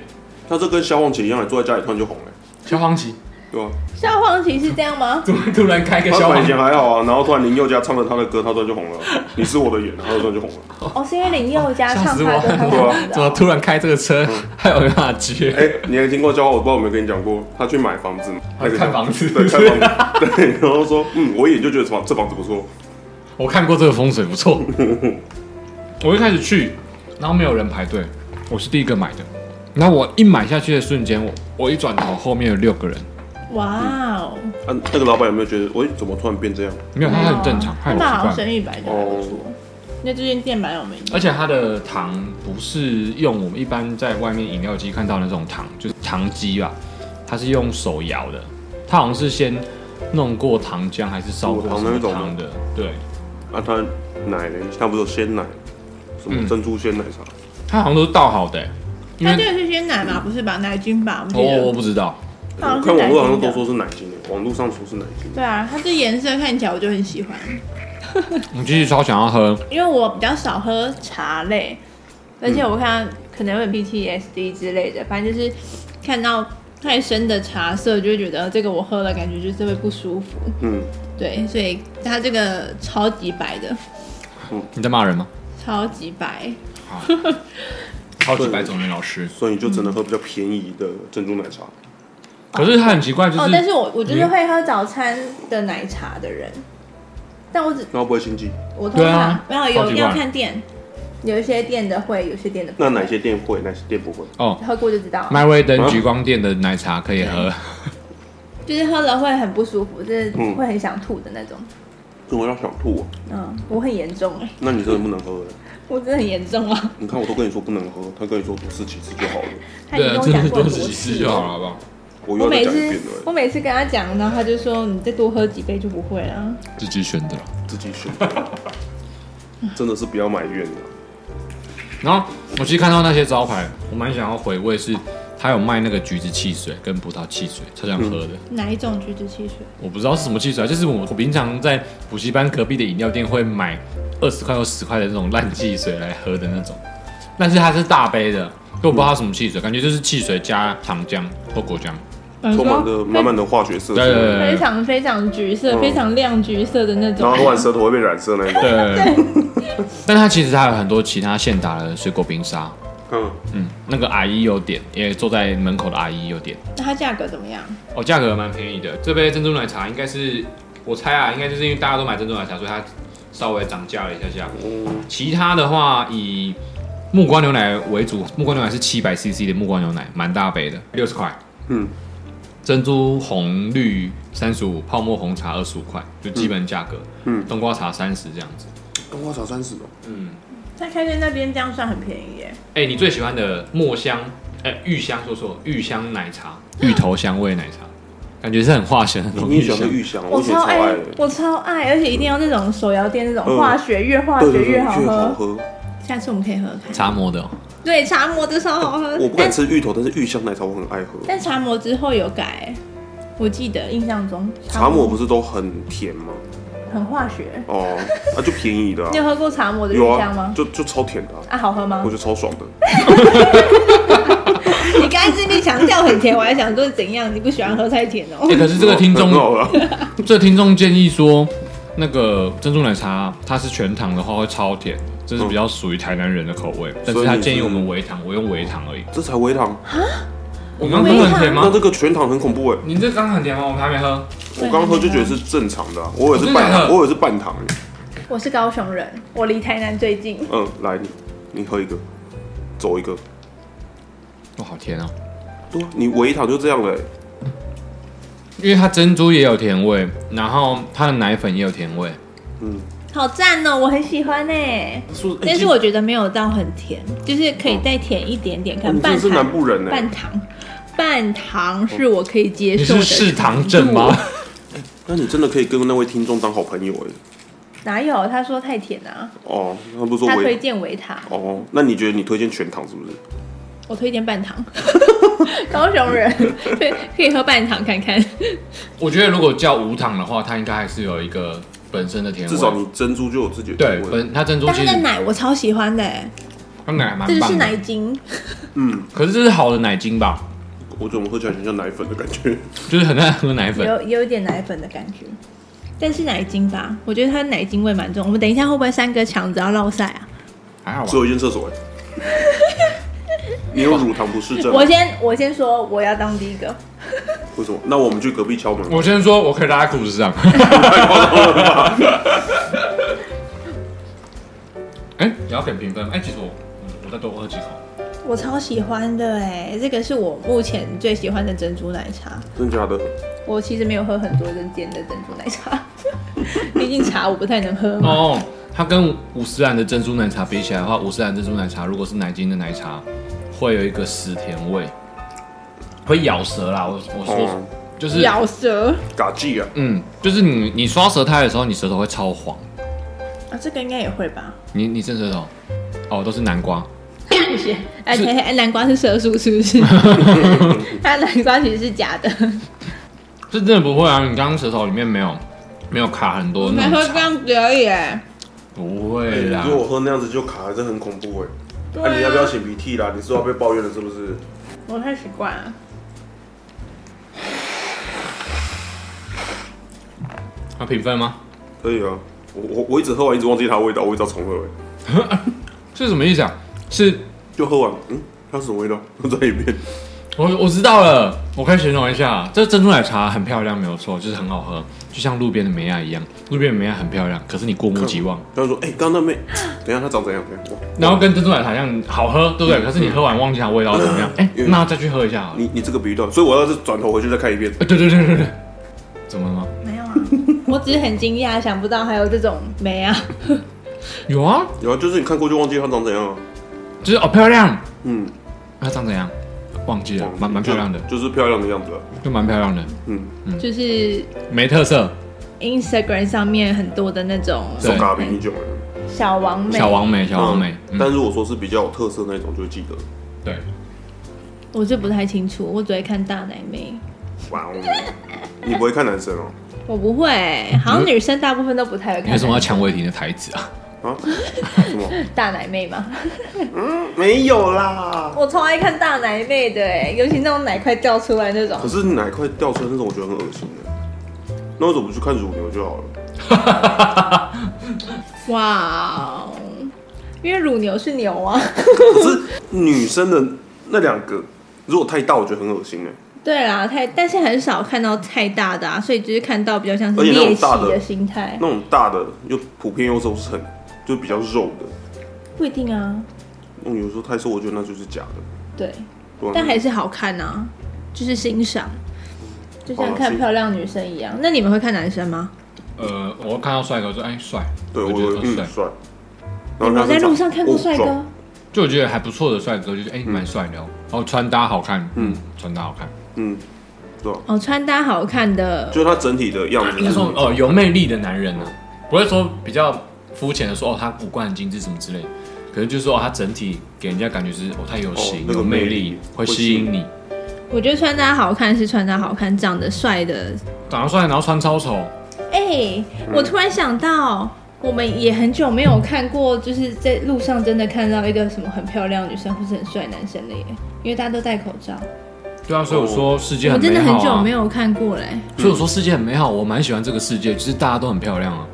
[SPEAKER 3] 他这跟消防姐一样，坐在家里突然就红了、欸，
[SPEAKER 2] 小黄旗
[SPEAKER 3] 对吧、
[SPEAKER 4] 消防旗是这样吗？
[SPEAKER 2] 怎么突然开个
[SPEAKER 3] 他本
[SPEAKER 2] 小黄
[SPEAKER 3] 来以
[SPEAKER 2] 旗
[SPEAKER 3] 前？还好啊，然后突然林宥嘉唱了他的歌，他突然就红了。你是我的眼，然后突然就红了。
[SPEAKER 4] 哦，是因为林宥嘉
[SPEAKER 2] 吓
[SPEAKER 4] 唱他
[SPEAKER 2] 死
[SPEAKER 4] 的
[SPEAKER 2] 我
[SPEAKER 4] 歌很
[SPEAKER 3] 对
[SPEAKER 4] 好
[SPEAKER 3] 啊
[SPEAKER 4] 听
[SPEAKER 2] 怎么
[SPEAKER 4] 的。
[SPEAKER 2] 突然开这个车？ 还有人把它接？
[SPEAKER 3] 哎、你还听过笑话？我不知道有没有跟你讲过，他去买房子嘛，那个
[SPEAKER 2] 看房子
[SPEAKER 3] 对，看房子，对，然后说，嗯，我一眼就觉得什么，这房子不错，
[SPEAKER 2] 我看过这个风水不错。 我一开始去，然后没有人排队，我是第一个买的。然后我一买下去的瞬间，我我一转头，后面有六个人，
[SPEAKER 4] 哇哦，
[SPEAKER 3] 啊，那个老板有没有觉得，喂，怎么突然变这样？
[SPEAKER 2] 没有，他很正常，
[SPEAKER 4] 他
[SPEAKER 2] 他很
[SPEAKER 4] 们好像
[SPEAKER 2] 习惯。
[SPEAKER 4] 生意摆的还不错。那这间店蛮有名的，
[SPEAKER 2] 而且它的糖不是用我们一般在外面饮料机看到的那种糖，就是糖机吧，它是用手摇的，它好像是先弄过糖浆还是烧过什
[SPEAKER 3] 乳糖
[SPEAKER 2] 么
[SPEAKER 3] 那种吗
[SPEAKER 2] 糖的，对，
[SPEAKER 3] 啊，他奶呢？他不是有鲜奶，什么
[SPEAKER 2] 嗯
[SPEAKER 3] 珍珠鲜奶茶？
[SPEAKER 2] 它好像都是倒好的、欸因
[SPEAKER 4] 它这
[SPEAKER 2] 为
[SPEAKER 4] 个是鲜奶嘛，不是吧？奶精吧？我
[SPEAKER 2] 我
[SPEAKER 4] 记
[SPEAKER 2] 我
[SPEAKER 4] 得。
[SPEAKER 2] 我不知道，
[SPEAKER 4] 好像
[SPEAKER 3] 我
[SPEAKER 4] 是
[SPEAKER 3] 看
[SPEAKER 4] 奶
[SPEAKER 3] 网
[SPEAKER 4] 精
[SPEAKER 3] 络
[SPEAKER 4] 的
[SPEAKER 3] 好像都说是奶精的，网络上说是奶精。
[SPEAKER 4] 对啊，它这颜色看起来我就很喜欢，
[SPEAKER 2] 我其实超想要喝
[SPEAKER 4] 因为我比较少喝茶类，而
[SPEAKER 2] 嗯
[SPEAKER 4] 且我看可能会有 PTSD 之类的，反正就是看到太深的茶色，就会觉得呃这个我喝了感觉就是会不舒服。
[SPEAKER 3] 嗯，
[SPEAKER 4] 对，所以它这个超级白的，
[SPEAKER 2] 你在骂人吗？
[SPEAKER 4] 超级白，
[SPEAKER 2] 超级白种人老师，
[SPEAKER 3] 所以你就只能喝比较便宜的珍珠奶茶。
[SPEAKER 2] 可是他很奇怪，就
[SPEAKER 4] 哦，
[SPEAKER 2] 是
[SPEAKER 4] 但是我我就是会喝早餐的奶茶的人，但我只
[SPEAKER 3] 那会不会心悸？
[SPEAKER 4] 我通
[SPEAKER 2] 对
[SPEAKER 4] 常、
[SPEAKER 2] 啊
[SPEAKER 4] 没有
[SPEAKER 2] 超
[SPEAKER 4] 有
[SPEAKER 2] 级怪
[SPEAKER 4] 要看店，有一些店的会，有些店的不
[SPEAKER 3] 那
[SPEAKER 4] 会
[SPEAKER 3] 哪些店会，哪些店不会？
[SPEAKER 2] 哦，
[SPEAKER 4] 喝过就知道了，
[SPEAKER 2] 麦味登橘光店的奶茶可以
[SPEAKER 4] 嗯
[SPEAKER 2] 喝，
[SPEAKER 4] 就是喝了会很不舒服，就是
[SPEAKER 3] 嗯
[SPEAKER 4] 会很想吐的那种。
[SPEAKER 3] 因为我要想吐、啊。
[SPEAKER 4] 嗯，我很严重哎，
[SPEAKER 3] 那你真的不能喝了。
[SPEAKER 4] 我真的很严重啊！
[SPEAKER 3] 你看，我都跟你说不能喝，他跟你说多试几次就好了。
[SPEAKER 4] 他已
[SPEAKER 2] 对
[SPEAKER 4] 经跟我
[SPEAKER 2] 啊，真的
[SPEAKER 4] 讲过
[SPEAKER 2] 多
[SPEAKER 4] 很
[SPEAKER 2] 试
[SPEAKER 4] 多
[SPEAKER 2] 几次
[SPEAKER 4] 次
[SPEAKER 2] 就好
[SPEAKER 4] 了。
[SPEAKER 2] 了，好不好？
[SPEAKER 3] 我
[SPEAKER 4] 我
[SPEAKER 3] 又要再
[SPEAKER 4] 每
[SPEAKER 3] 讲一
[SPEAKER 4] 次
[SPEAKER 3] 遍
[SPEAKER 4] 我
[SPEAKER 3] 了，
[SPEAKER 4] 每次跟他讲，然后他就说你再多喝几杯就不会了。
[SPEAKER 2] 自己选的。
[SPEAKER 3] 自己选。 真的是不要埋怨了。
[SPEAKER 2] 然后我其实看到那些招牌，我蛮想要回味是，他有卖那个橘子汽水跟葡萄汽水，超想喝的。
[SPEAKER 4] 哪一种橘子汽水？
[SPEAKER 2] 我不知道是什么汽水啊，就是我平常在补习班隔壁的饮料店会买二十块或十块的那种烂汽水来喝的那种，但是它是大杯的，所以我不知道它什么汽水，感觉就是汽水加糖浆或果浆。
[SPEAKER 3] 充满了满满的化学色素，
[SPEAKER 2] 对对对
[SPEAKER 4] 嗯非常非常橘色、
[SPEAKER 3] 嗯
[SPEAKER 4] 非常亮橘色的那
[SPEAKER 3] 然
[SPEAKER 4] 种
[SPEAKER 3] 后。喝完舌头会被染色那一种。
[SPEAKER 2] 对， 但它其实还有很多其他现打的水果冰沙，
[SPEAKER 3] 嗯，
[SPEAKER 2] 嗯，那个阿姨有点，也坐在门口的阿姨有点，
[SPEAKER 4] 那它价格怎么样？
[SPEAKER 2] 哦，价格蛮便宜的。这杯珍珠奶茶应该是，我猜啊，应该就是因为大家都买珍珠奶茶，所以它稍微涨价了一下下。其他的话，以木瓜牛奶为主，木瓜牛奶是七百 CC 的木瓜牛奶，蛮大杯的，六十块。
[SPEAKER 3] 嗯，
[SPEAKER 2] 珍珠红绿三十五，泡沫红茶二十五块，就基本价格。
[SPEAKER 3] 嗯
[SPEAKER 2] 冬瓜茶三十这样子。
[SPEAKER 3] 冬瓜茶三十哦，
[SPEAKER 2] 嗯，
[SPEAKER 4] 在开店那边这样算很便宜耶。
[SPEAKER 2] 哎、你最喜欢的墨香，哎、芋香，说错，芋香奶茶，芋头香味奶茶，感觉是很化学的那种
[SPEAKER 3] 你
[SPEAKER 2] 芋
[SPEAKER 3] 也喜欢
[SPEAKER 2] 香
[SPEAKER 3] 喝。芋香？
[SPEAKER 4] 我
[SPEAKER 3] 以前超
[SPEAKER 4] 爱
[SPEAKER 3] 爱的，，
[SPEAKER 4] 我超爱，而且一定要那种手摇店那种
[SPEAKER 3] 嗯
[SPEAKER 4] 化学，越化
[SPEAKER 3] 对
[SPEAKER 4] 学
[SPEAKER 3] 对对，
[SPEAKER 4] 越好
[SPEAKER 3] 越好
[SPEAKER 4] 喝。
[SPEAKER 3] 喝。
[SPEAKER 4] 下次我们可以喝喝看。
[SPEAKER 2] 茶磨的、哦。
[SPEAKER 4] 对，茶魔的超好喝。
[SPEAKER 3] 我不敢
[SPEAKER 4] 但
[SPEAKER 3] 吃芋头，但是芋香奶茶我很爱喝。
[SPEAKER 4] 但茶魔之后有改，我记得印象中
[SPEAKER 3] 茶抹不是都很甜吗？
[SPEAKER 4] 很化学。
[SPEAKER 3] 哦，啊，就便宜的啊
[SPEAKER 4] 你，有喝过茶魔的
[SPEAKER 3] 有
[SPEAKER 4] 芋香
[SPEAKER 3] 啊
[SPEAKER 4] 吗，？
[SPEAKER 3] 就就超甜的啊，
[SPEAKER 4] 啊，好喝吗
[SPEAKER 3] 我？觉得超爽的。
[SPEAKER 4] 你刚才这边强调很甜，我还想说怎样？你不喜欢喝太甜哦
[SPEAKER 2] 哎、？可是这个听众
[SPEAKER 3] 很好啊了，
[SPEAKER 2] 这听众建议说，那个珍珠奶茶它是全糖的话会超甜，这是比较属于台南人的口味。但是他建议我们微糖，我用微糖而已。
[SPEAKER 3] 这才微糖。
[SPEAKER 2] 我们刚刚很甜
[SPEAKER 3] 哦那
[SPEAKER 2] 吗
[SPEAKER 3] 这？个全糖很恐怖哎，
[SPEAKER 2] 你这刚很甜吗？我们还没喝。
[SPEAKER 3] 我刚喝就觉得是正常的啊，我也是
[SPEAKER 2] 我真
[SPEAKER 3] 半
[SPEAKER 2] 的假
[SPEAKER 3] 糖，
[SPEAKER 2] 的
[SPEAKER 3] 我也是半糖哎。
[SPEAKER 4] 我是高雄人，我离台南最近。
[SPEAKER 3] 嗯，来你你喝一个，走一个。
[SPEAKER 2] 哇、好甜哦！
[SPEAKER 3] 对啊，你微糖就这样了欸，
[SPEAKER 2] 因为它珍珠也有甜味，然后它的奶粉也有甜味。
[SPEAKER 3] 嗯，
[SPEAKER 4] 好赞哦、我很喜欢欸呢、
[SPEAKER 3] 是不是？哎
[SPEAKER 4] 但
[SPEAKER 3] 其
[SPEAKER 4] 是
[SPEAKER 3] 实
[SPEAKER 4] 我觉得没有到很甜，就是可以再甜一点点，看
[SPEAKER 3] 你真
[SPEAKER 4] 半
[SPEAKER 3] 的是南
[SPEAKER 4] 糖，
[SPEAKER 3] 部人哎
[SPEAKER 4] 半。糖，半糖是我可以接
[SPEAKER 2] 你
[SPEAKER 4] 受的。
[SPEAKER 2] 是嗜糖 症吗？？
[SPEAKER 3] 那你真的可以跟那位听众当好朋友哎、
[SPEAKER 4] 哪有？他说太甜啊，
[SPEAKER 3] 哦，他不是
[SPEAKER 4] 他
[SPEAKER 3] 说
[SPEAKER 4] 推
[SPEAKER 3] 维
[SPEAKER 4] 荐维他，
[SPEAKER 3] 哦，那你觉得你推荐全糖是不是？
[SPEAKER 4] 我推荐半糖。 高雄人， 对，可以喝半糖看看。
[SPEAKER 2] 我觉得如果叫无糖的话，它应该还是有一个本身的甜味。
[SPEAKER 3] 至少你珍珠就有自己的
[SPEAKER 2] 对
[SPEAKER 3] 甜味。
[SPEAKER 2] 本它珍珠
[SPEAKER 4] 但
[SPEAKER 2] 其
[SPEAKER 4] 他
[SPEAKER 2] 实
[SPEAKER 4] 的奶我超喜欢的、
[SPEAKER 2] 它奶还蛮
[SPEAKER 4] 这
[SPEAKER 2] 棒
[SPEAKER 4] 就
[SPEAKER 2] 的，
[SPEAKER 4] 是奶精，
[SPEAKER 3] 嗯，
[SPEAKER 2] 可是这是好的奶精吧？
[SPEAKER 3] 我怎么喝起来很像奶粉的感觉？
[SPEAKER 2] 就是很爱喝奶粉。
[SPEAKER 4] 有有一点奶粉的感觉，但是奶精吧，我觉得它奶精味蛮重。我们等一下会不会三哥抢着要落赛啊？
[SPEAKER 2] 还好吧
[SPEAKER 3] 只？有一间厕 所哎、你有乳糖不适症吗
[SPEAKER 4] 我？先我先说，我要当第一个。
[SPEAKER 3] 为什么？那我们去隔壁敲门。
[SPEAKER 2] 我先说，我可以拉在裤 子上。 哎、你要给评分？哎、其实我嗯我再多喝几口。
[SPEAKER 4] 我超喜欢的哎、这个是我目前最喜欢的珍珠奶茶。
[SPEAKER 3] 真假的？
[SPEAKER 4] 我其实没有喝很多人间的珍珠奶茶， 毕竟茶我不太能喝嘛。
[SPEAKER 2] 哦，它跟五十兰的珍珠奶茶比起来的话，五十兰珍珠奶茶如果是奶精的奶茶，会有一个死甜味，会咬舌啦。我我说、
[SPEAKER 3] 哦
[SPEAKER 2] 就是
[SPEAKER 4] 咬舌
[SPEAKER 3] 嘎记啊，
[SPEAKER 2] 嗯，就是你你刷舌苔的时候，你舌头会超黄。
[SPEAKER 4] 啊，这个应该也会吧？
[SPEAKER 2] 你你伸舌头，哦，都是南瓜。
[SPEAKER 4] 谢谢。而且哎南瓜是色素是不 是？它南瓜其实是假的，
[SPEAKER 2] 这真的不会啊！你刚刚舌头里面没有没有卡很多
[SPEAKER 4] 没
[SPEAKER 2] 哦那
[SPEAKER 4] 喝
[SPEAKER 2] 种
[SPEAKER 4] 这
[SPEAKER 2] 茶，
[SPEAKER 4] 样子而已欸。
[SPEAKER 2] 不会啦
[SPEAKER 3] 如。果我喝那样子就卡，这很恐怖哎、那、
[SPEAKER 4] 对啊
[SPEAKER 3] 你要不要擤鼻涕啦？你是要被抱怨了是不是？
[SPEAKER 4] 我太习惯了。
[SPEAKER 2] 要评分吗？
[SPEAKER 3] 可以啊，我我我一直喝完，一直忘记它的味道，我一直要重喝哎、
[SPEAKER 2] 是什么意思啊？是
[SPEAKER 3] 就喝完，嗯，它是什么味道？再一遍，
[SPEAKER 2] 我我知道了，我可以形容一下，这珍珠奶茶很漂亮，没有错，就是很好喝，就像路边的梅亚一样，路边的梅亚很漂亮，可是你过目即忘，
[SPEAKER 3] 他就说：“哎、刚刚那妹，等一下她长怎样？”怎样
[SPEAKER 2] 然后跟珍珠奶茶一样好喝，对不对？可是你喝完忘记它味道怎么样，哎、
[SPEAKER 3] 嗯
[SPEAKER 2] 那再去喝一下好了。
[SPEAKER 3] 你你这个比喻到，所以我要是转头回去再看一遍。
[SPEAKER 2] 哎对对对对对，怎么了吗？
[SPEAKER 4] 没有啊，我只是很惊讶，想不到还有这种没啊。
[SPEAKER 2] 有啊，
[SPEAKER 3] 然后就是你看过去忘记她长怎样啊了、
[SPEAKER 2] 就是哦漂亮，
[SPEAKER 3] 嗯，
[SPEAKER 2] 它长怎样？忘记了，啊蛮蛮漂亮的，
[SPEAKER 3] 就，就是漂亮的样子啊、
[SPEAKER 2] 就蛮漂亮的，
[SPEAKER 3] 嗯，
[SPEAKER 4] 就是
[SPEAKER 2] 没特色，
[SPEAKER 4] Instagram 上面很多的那种
[SPEAKER 2] 对
[SPEAKER 3] 手嘎比你久了。
[SPEAKER 4] 小王美，
[SPEAKER 2] 小王，美，小王美，
[SPEAKER 3] 嗯
[SPEAKER 2] 嗯，
[SPEAKER 3] 但如果说是比较有特色那种，就会记得。
[SPEAKER 2] 对，
[SPEAKER 4] 我就不太清楚，我只会看大奶妹，
[SPEAKER 3] 哇哦，你不会看男生哦、
[SPEAKER 4] 我不会，好像女生大部分都不太会
[SPEAKER 2] 你
[SPEAKER 4] 看。
[SPEAKER 2] 为什么要抢伟霆的台词啊？
[SPEAKER 3] 啊？什 么？
[SPEAKER 4] 大奶妹嘛？
[SPEAKER 3] 没有啦。
[SPEAKER 4] 我超爱看大奶妹的欸，尤其那种奶快掉出来那种
[SPEAKER 3] 可。是奶块掉出来那种，我觉得很恶心的。那为什么不去看乳牛就好了？
[SPEAKER 4] 哇哦，因为乳牛是牛啊。
[SPEAKER 3] 可是女生的那两个，如果太大，我觉得很恶心哎。
[SPEAKER 4] 对啦，太但是很少看到太大的啊，所以就是看到比较像是
[SPEAKER 3] 而且那种
[SPEAKER 4] 猎奇
[SPEAKER 3] 大的
[SPEAKER 4] 的心态，
[SPEAKER 3] 那种大的又普遍又都是很就比较肉的，
[SPEAKER 4] 不一定啊。
[SPEAKER 3] 那种有时候太瘦，我觉得那就是假的。
[SPEAKER 4] 对，
[SPEAKER 3] 对吧
[SPEAKER 4] 但还是好看啊，就是欣赏，就
[SPEAKER 3] 好
[SPEAKER 4] 像
[SPEAKER 3] 啦
[SPEAKER 4] 看
[SPEAKER 3] 欣
[SPEAKER 4] 漂亮女生一样。那你们会看男生吗？
[SPEAKER 2] 呃，我看到帅哥我说哎帅，
[SPEAKER 3] 对我
[SPEAKER 2] 觉得
[SPEAKER 3] 有
[SPEAKER 2] 他
[SPEAKER 3] 嗯
[SPEAKER 2] 帅，
[SPEAKER 3] 帅。
[SPEAKER 4] 你
[SPEAKER 3] 然
[SPEAKER 4] 们
[SPEAKER 3] 后
[SPEAKER 4] 有在路上看过帅哥？
[SPEAKER 3] 哦
[SPEAKER 2] 就我觉得还不错的帅哥，就是哎蛮帅的哦，哦穿搭好看，嗯
[SPEAKER 3] 嗯，
[SPEAKER 2] 穿搭好看，
[SPEAKER 3] 嗯，对吧？
[SPEAKER 4] 哦，穿搭好看的，
[SPEAKER 3] 就是他整体的样子，
[SPEAKER 2] 应该说哦有魅力的男人呢，啊不会说比较肤浅的说哦他五官很精致什么之类，可能就是说哦他整体给人家感觉是哦他有型
[SPEAKER 3] 哦那个
[SPEAKER 2] 有魅
[SPEAKER 3] 魅
[SPEAKER 2] 力
[SPEAKER 3] 力，
[SPEAKER 2] 会吸引你，
[SPEAKER 4] 我觉得穿搭好看是穿搭好看，长得帅的。
[SPEAKER 2] 长得帅然后穿超丑，
[SPEAKER 4] 哎、我突然想到，我们也很久没有看过，就是在路上真的看到一个什么很漂亮的女生或是很帅的男生了耶，因为大家都戴口罩，
[SPEAKER 2] 对啊，所以我说世界
[SPEAKER 4] 我
[SPEAKER 2] 很
[SPEAKER 4] 真
[SPEAKER 2] 美
[SPEAKER 4] 的
[SPEAKER 2] 好
[SPEAKER 4] 很久
[SPEAKER 2] 啊
[SPEAKER 4] 没，有看过嘞。
[SPEAKER 2] 所以我说世界很美好，我蛮喜欢这个世界，就是大家都很漂亮啊，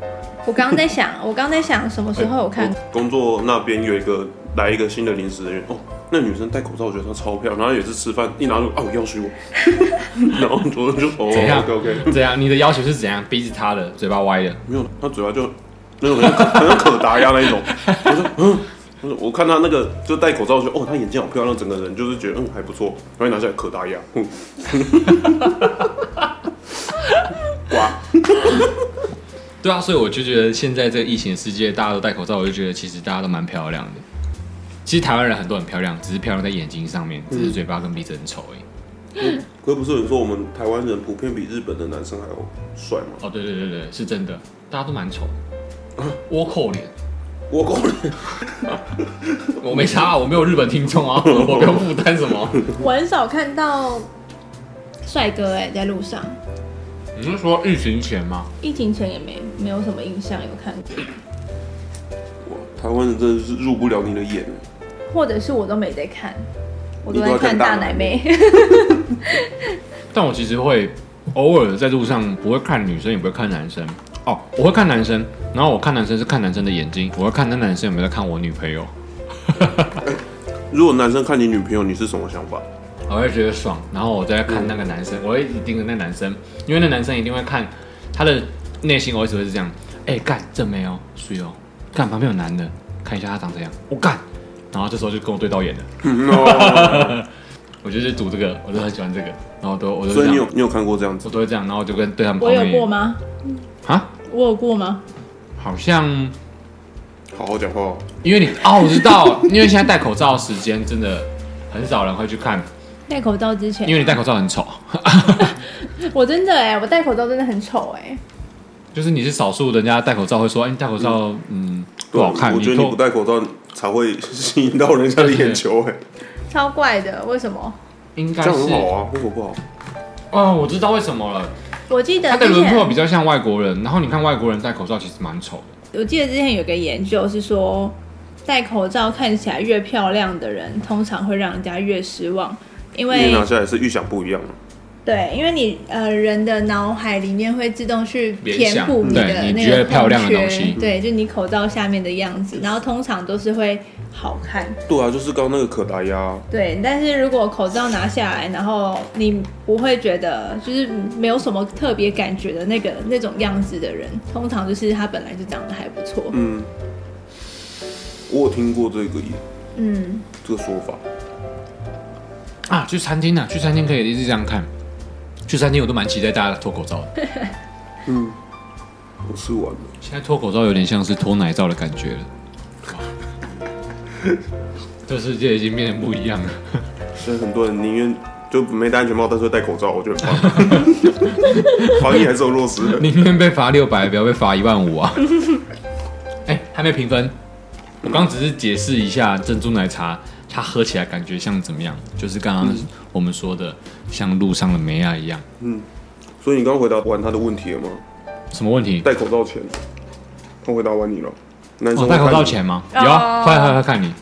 [SPEAKER 4] 我刚刚在想，我刚刚在想什么时候有看过？
[SPEAKER 3] 工作那边有一个来一个新的临时人员哦，那女生戴口罩，我觉得她超漂亮。然后有一次吃饭，一拿就哦要水我， 然后我就哦
[SPEAKER 2] 怎样
[SPEAKER 3] OK OK，
[SPEAKER 2] 怎样？你的要求是怎样？鼻子塌的，嘴巴歪的，
[SPEAKER 3] 没有，她嘴巴就那种很像很像可达鸭那一种。我说嗯，我说我看她那个就戴口罩，我觉得哦她眼睛好漂亮，整个人就是觉得嗯还不错，然后一拿下来可达嗯鸭，哼哇，
[SPEAKER 2] 对啊，所以我就觉得现在这个疫情的世界，大家都戴口罩，我就觉得其实大家都蛮漂亮的。其实台湾人很多很漂亮，只是漂亮在眼睛上面，只是嘴巴跟鼻子很丑而已。
[SPEAKER 3] 可不是有人说我们台湾人普遍比日本的男生还要帅吗？
[SPEAKER 2] 哦，对对对对，是真的，大家都蛮丑的，倭寇脸。
[SPEAKER 3] 我够了，
[SPEAKER 2] 我没差啊，我没有日本听众 啊，我不用负担什么。
[SPEAKER 4] 我很少看到帅哥哎、在路上，
[SPEAKER 2] 你是说疫情前吗？
[SPEAKER 4] 疫情前也没没有什么印象有看过，
[SPEAKER 3] 哇，台湾人真的是入不了你的眼。
[SPEAKER 4] 或者是我都没在看，我
[SPEAKER 3] 你
[SPEAKER 4] 都
[SPEAKER 3] 都
[SPEAKER 4] 在
[SPEAKER 3] 在
[SPEAKER 4] 看
[SPEAKER 3] 看
[SPEAKER 4] 大
[SPEAKER 3] 大
[SPEAKER 4] 奶
[SPEAKER 3] 奶
[SPEAKER 4] 妹
[SPEAKER 3] 妹。
[SPEAKER 2] 但我其实会偶尔在路上不会看女生，也不会看男生。哦，我会看男生，然后我看男生是看男生的眼睛，我会看那男生有没有在看我女朋友，
[SPEAKER 3] 如果男生看你女朋友，你是什么 想法？
[SPEAKER 2] 我会觉得爽。然后我再看那个男
[SPEAKER 3] 嗯
[SPEAKER 2] 生，我会一直盯着那男生，因为那男生一定会看他的内心，我一直会是这样：哎、干这没哦，水哦，干旁边有男的，看一下他长怎样，我、干。然后这时候就跟我对到眼了，
[SPEAKER 3] 哦
[SPEAKER 2] 我就是赌这个，我就很喜欢这个，然后都我都
[SPEAKER 3] 所
[SPEAKER 2] 这
[SPEAKER 3] 以你有
[SPEAKER 2] 样，
[SPEAKER 3] 你有看过这样子
[SPEAKER 2] 我？都会这样，然后我就跟对他们
[SPEAKER 4] 我
[SPEAKER 2] 旁边
[SPEAKER 4] 有过吗？
[SPEAKER 2] 啊，
[SPEAKER 4] 我有过吗？
[SPEAKER 2] 好像
[SPEAKER 3] 好好讲话哦，
[SPEAKER 2] 因为你哦，我知道， 因为现在戴口罩时间真的很少人会去看，
[SPEAKER 4] 戴口罩之前
[SPEAKER 2] 因，为你戴口罩很丑，
[SPEAKER 4] 我真的哎、我戴口罩真的很丑哎、
[SPEAKER 2] 就是你是少数人家戴口罩会说，哎、你戴口罩嗯不好看，
[SPEAKER 3] 我觉得你
[SPEAKER 2] 脱
[SPEAKER 3] 不戴口罩才会吸引到人家的眼 球，哎，
[SPEAKER 4] 超怪的。为什么？
[SPEAKER 2] 应该
[SPEAKER 3] 这
[SPEAKER 2] 是
[SPEAKER 3] 样很好啊，为什么不好？
[SPEAKER 2] 哦，我知道为什么了，
[SPEAKER 4] 我记得
[SPEAKER 2] 他的
[SPEAKER 4] 之
[SPEAKER 2] 轮
[SPEAKER 4] 前，
[SPEAKER 2] 廓比较像外国人，然后你看外国人戴口罩其实蛮丑的，
[SPEAKER 4] 我记得之前有个研究是说，戴口罩看起来越漂亮的人，通常会让人家越失望，
[SPEAKER 3] 你
[SPEAKER 4] 因为
[SPEAKER 3] 拿下来是预想不一样，
[SPEAKER 4] 对，因为你呃人的脑海里面会自动去
[SPEAKER 2] 联
[SPEAKER 4] 填
[SPEAKER 2] 想
[SPEAKER 4] 补你
[SPEAKER 2] 对
[SPEAKER 4] 的
[SPEAKER 2] 你
[SPEAKER 4] 那
[SPEAKER 2] 觉
[SPEAKER 4] 个
[SPEAKER 2] 得漂亮的
[SPEAKER 4] 空缺
[SPEAKER 2] 东西
[SPEAKER 4] 对，就你口罩下面的样子，然后通常都是会好看。
[SPEAKER 3] 对啊，就是刚刚那个可达鸭，
[SPEAKER 4] 对，但是如果口罩拿下来，然后你不会觉得就是没有什么特别感觉的那个那种样子的人，通常就是他本来就长得还不错。
[SPEAKER 3] 嗯，我有听过这个
[SPEAKER 4] 嗯，
[SPEAKER 3] 这个说法，
[SPEAKER 2] 啊，去餐厅啊，去餐厅可以一直这样看。去餐厅我都蛮期待大家脱口罩的，
[SPEAKER 3] 嗯，我吃完了，
[SPEAKER 2] 现在脱口罩有点像是脱奶罩的感觉了。哇这世界已经变得不一样了。
[SPEAKER 3] 所以很多人宁愿就没戴安全帽，但是戴口罩，我觉得很棒， 防疫还是有落实的。
[SPEAKER 2] 宁愿被罚六百，不要被罚一万五啊！ 哎、还没评分。我刚只是解释一下珍珠奶茶，它喝起来感觉像怎么样？就是刚刚我们说的，像路上的梅亚一样。
[SPEAKER 3] 所以你刚回答完他的问题了吗？
[SPEAKER 2] 什么问题？
[SPEAKER 3] 戴口罩前，我回答完你了。男生
[SPEAKER 2] 哦，
[SPEAKER 3] 会
[SPEAKER 2] 戴
[SPEAKER 3] 看
[SPEAKER 2] 口
[SPEAKER 3] 你
[SPEAKER 2] 罩前吗？有啊，
[SPEAKER 4] 哦
[SPEAKER 2] 快快快看你。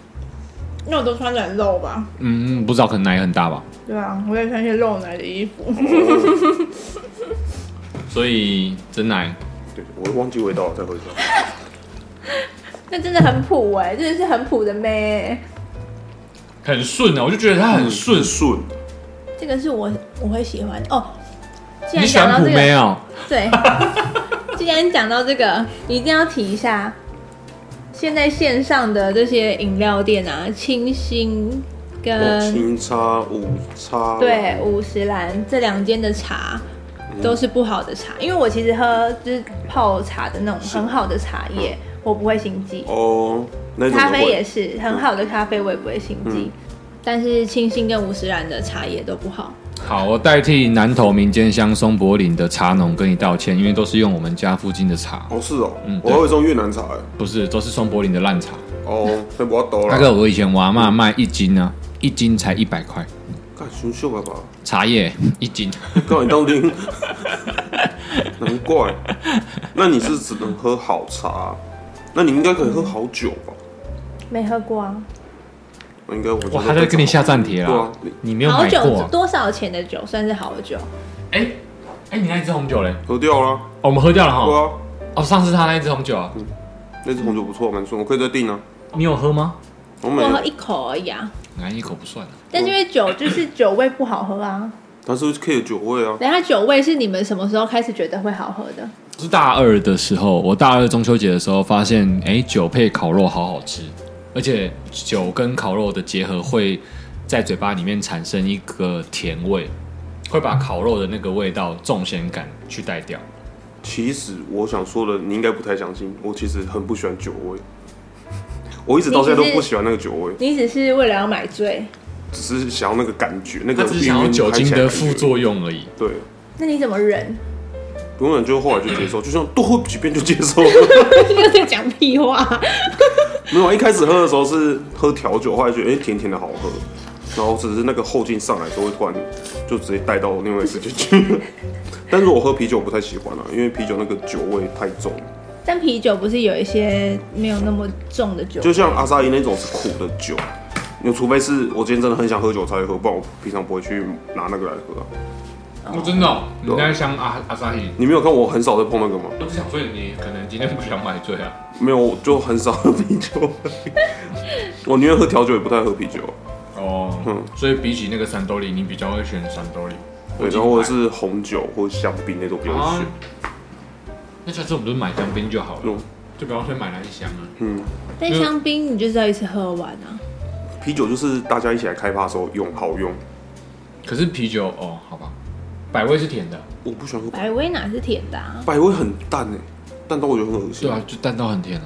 [SPEAKER 4] 那我都穿得很露吧？
[SPEAKER 2] 嗯，嗯不知道可能奶很大吧。
[SPEAKER 4] 对啊，我也穿一些露奶的衣服。嗯
[SPEAKER 3] 哦
[SPEAKER 2] 所以真奶
[SPEAKER 3] 对，我忘记味道了，再回答。
[SPEAKER 4] 那真的很普哎、真的是很普的妹、欸
[SPEAKER 2] 很顺啊，我就觉得它很
[SPEAKER 4] 嗯
[SPEAKER 2] 顺。
[SPEAKER 3] 顺，
[SPEAKER 4] 这个是我我会喜欢的哦。既
[SPEAKER 2] 你
[SPEAKER 4] 然
[SPEAKER 2] 喜
[SPEAKER 4] 讲
[SPEAKER 2] 欢
[SPEAKER 4] 到
[SPEAKER 2] 普
[SPEAKER 4] 这
[SPEAKER 2] 妹
[SPEAKER 4] 个，
[SPEAKER 2] 哦？
[SPEAKER 4] 对， 既然讲到这个，一定要提一下。现在线上的这些饮料店啊，清新
[SPEAKER 3] 哦
[SPEAKER 4] 跟
[SPEAKER 3] 清差五差，
[SPEAKER 4] 呃
[SPEAKER 2] 嗯
[SPEAKER 4] 对五十兰这两间的茶都是不好的茶，因为我其实喝就是泡茶的那种很好的茶叶，
[SPEAKER 2] 嗯
[SPEAKER 4] 我不会心悸。
[SPEAKER 3] 哦，那种
[SPEAKER 4] 咖啡也
[SPEAKER 3] 是
[SPEAKER 4] 是很好的咖啡，我也不会心
[SPEAKER 2] 嗯
[SPEAKER 4] 悸。但是清新跟五十兰的茶叶都不好。
[SPEAKER 2] 好，我代替南投民间乡松柏林的茶农跟你道歉，因为都是用我们家附近的茶，
[SPEAKER 3] 哦是哦
[SPEAKER 2] 嗯，
[SPEAKER 3] 我
[SPEAKER 2] 对
[SPEAKER 3] 还会送越南茶哎，
[SPEAKER 2] 不是都是松柏林的烂茶。
[SPEAKER 3] 哦，那不要抖
[SPEAKER 2] 那
[SPEAKER 3] 了，
[SPEAKER 2] 个我以前我阿妈卖一斤呢、啊，一斤才一百块，
[SPEAKER 3] 干熊秀爸爸，
[SPEAKER 2] 茶叶一斤，
[SPEAKER 3] 告你当兵，难怪。那你是只能喝好茶，那你应该可以喝好酒吧？
[SPEAKER 4] 没喝过啊，
[SPEAKER 3] 那应该我觉得
[SPEAKER 2] 哇，他在跟你下暂停
[SPEAKER 3] 对啊
[SPEAKER 2] 啦，，
[SPEAKER 3] 你
[SPEAKER 2] 你没有
[SPEAKER 4] 好
[SPEAKER 2] 买
[SPEAKER 4] 酒
[SPEAKER 2] 过、啊？
[SPEAKER 4] 多少钱的酒算是好酒？
[SPEAKER 2] 哎哎、你那一支红酒嘞、
[SPEAKER 3] 喝掉了，
[SPEAKER 2] 哦我们喝掉了
[SPEAKER 3] 对
[SPEAKER 2] 哈。
[SPEAKER 3] 啊，
[SPEAKER 2] 哦，上次他那一支红酒啊，
[SPEAKER 3] 那支红酒不错，蛮顺，我可以再订啊。
[SPEAKER 2] 你有喝吗？
[SPEAKER 3] 我
[SPEAKER 4] 我
[SPEAKER 3] 每
[SPEAKER 4] 喝一口而已啊，
[SPEAKER 2] 那一口不算啊
[SPEAKER 4] 但是因为酒就是酒味不好喝
[SPEAKER 2] 嗯
[SPEAKER 4] 啊。
[SPEAKER 3] 它是 K 酒味啊，
[SPEAKER 4] 等一下酒味是你们什么时候开始觉得会好喝的？
[SPEAKER 2] 是大二的时候，我大二中秋节的时候发现，哎、酒配烤肉好好吃，而且酒跟烤肉的结合会在嘴巴里面产生一个甜味，会把烤肉的那个味道重咸感去带掉。
[SPEAKER 3] 其实我想说的，你应该不太相信，我其实很不喜欢酒味，我一直到现在都不喜欢那个酒味，
[SPEAKER 4] 你只是为了要买醉，
[SPEAKER 3] 只是想要那个感觉，那
[SPEAKER 2] 他
[SPEAKER 3] 个
[SPEAKER 2] 只是想要
[SPEAKER 3] 晕晕
[SPEAKER 2] 酒
[SPEAKER 3] 开
[SPEAKER 2] 精
[SPEAKER 3] 起来
[SPEAKER 2] 的
[SPEAKER 3] 感觉
[SPEAKER 2] 副作用而已。
[SPEAKER 3] 对，
[SPEAKER 4] 那你怎么 忍？
[SPEAKER 3] 永远就后来就接受，就像多喝几遍就接 受了。
[SPEAKER 4] 又在讲屁话。
[SPEAKER 3] 没有，一开始喝的时候是喝调酒，后来觉得哎、甜甜的好喝，然后只是那个后劲上来之后，突然就直接带到另外一个世界去。 但是我喝啤酒不太喜欢啊，因为啤酒那个酒味太重了。
[SPEAKER 4] 但啤酒不是有一些没有那么重的酒
[SPEAKER 3] 就像阿萨伊那种是苦的酒，你除非是我今天真的很想喝酒才会喝，不然我平常不会去拿那个来喝啊、
[SPEAKER 2] 我真的、哦，你那一箱阿阿萨希，
[SPEAKER 3] 你没有看我很少在碰那个吗？
[SPEAKER 2] 我只想说你可能今天不想买醉啊。
[SPEAKER 3] 没有，我就很少喝啤酒。我宁愿喝调酒，也不太喝啤酒。
[SPEAKER 2] 哦，所以比起那个三兜里，你比较会选三兜里。
[SPEAKER 3] 对，然后或者是红酒或者香槟那种不用
[SPEAKER 2] 啊
[SPEAKER 3] 选。
[SPEAKER 2] 那下次我们就买香槟就好了，
[SPEAKER 3] 嗯
[SPEAKER 2] 就不要再买那一箱了。
[SPEAKER 4] 但香槟你就是要一次喝完啊。
[SPEAKER 3] 啤酒就是大家一起来开趴的时候用，好用。
[SPEAKER 2] 可是啤酒哦，好吧，百威是甜的，
[SPEAKER 3] 我不喜欢喝
[SPEAKER 4] 百威哪是甜的啊？
[SPEAKER 3] 百威很淡哎、淡到我觉得很恶心。
[SPEAKER 2] 对啊，，就蛋糕很甜啊，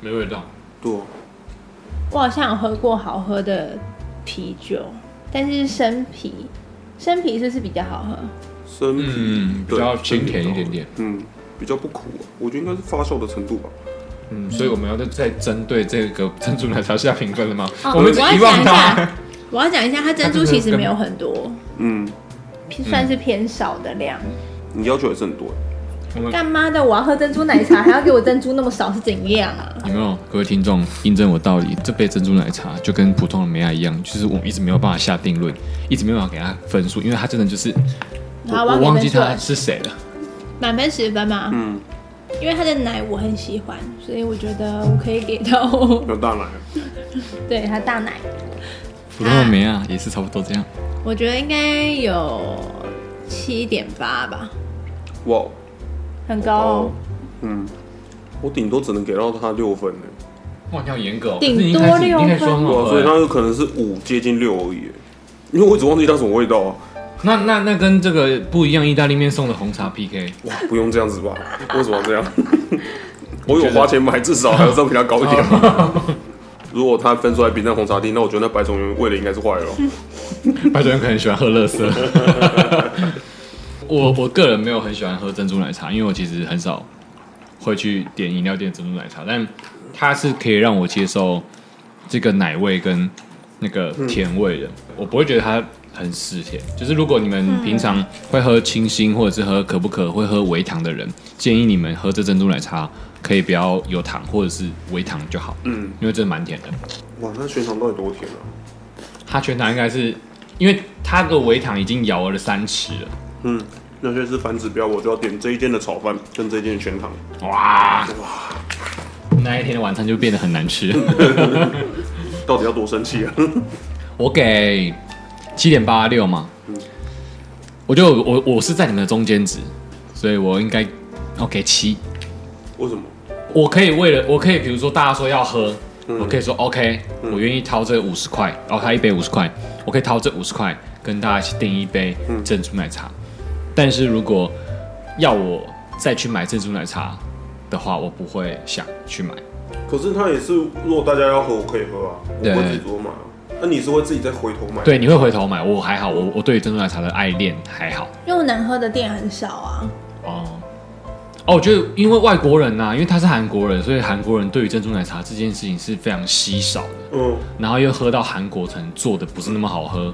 [SPEAKER 2] 没味道。
[SPEAKER 3] 对啊，
[SPEAKER 4] 我好像有喝过好喝的啤酒，但是是生啤，生啤是不是比较好喝？
[SPEAKER 3] 生啤、
[SPEAKER 2] 嗯，比
[SPEAKER 3] 对
[SPEAKER 2] 较清甜一点点。，
[SPEAKER 3] 嗯，比较不苦、啊，我觉得应该是发酵的程度吧。
[SPEAKER 2] 嗯，所以我们要再针对这个珍珠奶茶下评分了吗？
[SPEAKER 4] 哦
[SPEAKER 2] 我们一直
[SPEAKER 4] 我
[SPEAKER 2] 遗忘
[SPEAKER 4] 要讲
[SPEAKER 2] 它
[SPEAKER 4] 一。我要讲一下，它珍珠其实没有很多，
[SPEAKER 3] 嗯，
[SPEAKER 4] 偏算是偏少的量。
[SPEAKER 3] 你要求也是很多欸、
[SPEAKER 2] 我们
[SPEAKER 4] 干妈的，我要喝珍珠奶茶，还要给我珍珠那么少，是怎样啊？
[SPEAKER 2] 有没有各位听众印证我道理？这杯珍珠奶茶就跟普通的梅爱一样，就是我们一直没有办法下定论，一直没有办法给他分数，因为他真的就是我
[SPEAKER 4] 好，
[SPEAKER 2] 我
[SPEAKER 4] 要
[SPEAKER 2] 忘
[SPEAKER 4] 给
[SPEAKER 2] 记
[SPEAKER 4] 分数
[SPEAKER 2] 他
[SPEAKER 4] 了，
[SPEAKER 2] 是谁了。
[SPEAKER 4] 满分十分嘛。
[SPEAKER 3] 嗯，
[SPEAKER 4] 因为它的奶我很喜欢，所以我觉得我可 以给到
[SPEAKER 3] 有大奶，
[SPEAKER 4] 对它大奶，
[SPEAKER 2] 普通的梅啊也是差不多这样，
[SPEAKER 4] 我觉得应该有七点八吧，
[SPEAKER 3] 哇
[SPEAKER 4] 很高哦。，
[SPEAKER 3] 嗯，我顶多只能给到他六分呢，欸
[SPEAKER 2] 哇，你好严格哦。
[SPEAKER 4] 顶
[SPEAKER 2] 可是你一开始
[SPEAKER 4] 多六
[SPEAKER 2] 你可以说很
[SPEAKER 3] 对
[SPEAKER 2] 好
[SPEAKER 3] 啊，所以
[SPEAKER 2] 喝
[SPEAKER 3] 他
[SPEAKER 2] 欸
[SPEAKER 3] 有可能是五接近六而已欸，因为我一直忘记它什么味道啊。
[SPEAKER 2] 那那那跟这个不一样，意大利面送的红茶 PK，
[SPEAKER 3] 哇，不用这样子吧？为什么要这样？ 我有花钱买，至少还要再比他高一点嘛。 如果他分出来比那红茶低，那我觉得那白种人味蕾应该是坏了。
[SPEAKER 2] 白主任可能喜欢喝乐色。 我我个人没有很喜欢喝珍珠奶茶，因为我其实很少会去点饮料店珍珠奶茶，但它是可以让我接受这个奶味跟那个甜味的，我不会觉得它很失甜。就是如果你们平常会喝清新或者是喝可不可会喝微糖的人，建议你们喝这珍珠奶茶可以不要有糖或者是微糖就好，
[SPEAKER 3] 嗯，
[SPEAKER 2] 因为这蛮甜的。
[SPEAKER 3] 哇，那全糖到底多甜啊？
[SPEAKER 2] 它全糖应该是因为它的微糖已经摇了三尺了。
[SPEAKER 3] 嗯，那些是反指标，我就要点这一间的炒饭跟这一间的全糖。
[SPEAKER 2] 哇那一天的晚餐就变得很难吃。
[SPEAKER 3] 到底要多生气啊？
[SPEAKER 2] 我给七点八六嘛，我就我我是在你们的中间值，所以我应该要给七。
[SPEAKER 3] 为什么？
[SPEAKER 2] 我可以为了我可以，比如说大家说要喝，我可以说 OK，、我愿意掏这五十块，然后他一杯五十块，我可以掏这五十块跟大家一起订一杯珍珠奶茶。但是如果要我再去买珍珠奶茶的话，我不会想去买。
[SPEAKER 3] 可是他也是，如果大家要喝，我可以喝啊，我
[SPEAKER 2] 对
[SPEAKER 3] 不会自己多买啊。那你是会自己再回头买？
[SPEAKER 2] 对，你会回头买，我还好，我我对珍珠奶茶的爱恋还好。
[SPEAKER 4] 因为我能喝的店很少啊，
[SPEAKER 2] 哦，哦，我觉得因为外国人啊呐、因为他是韩国人，所以韩国人对于珍珠奶茶这件事情是非常稀少的。
[SPEAKER 3] 嗯
[SPEAKER 2] 然后又喝到韩国城做的不是那么好喝，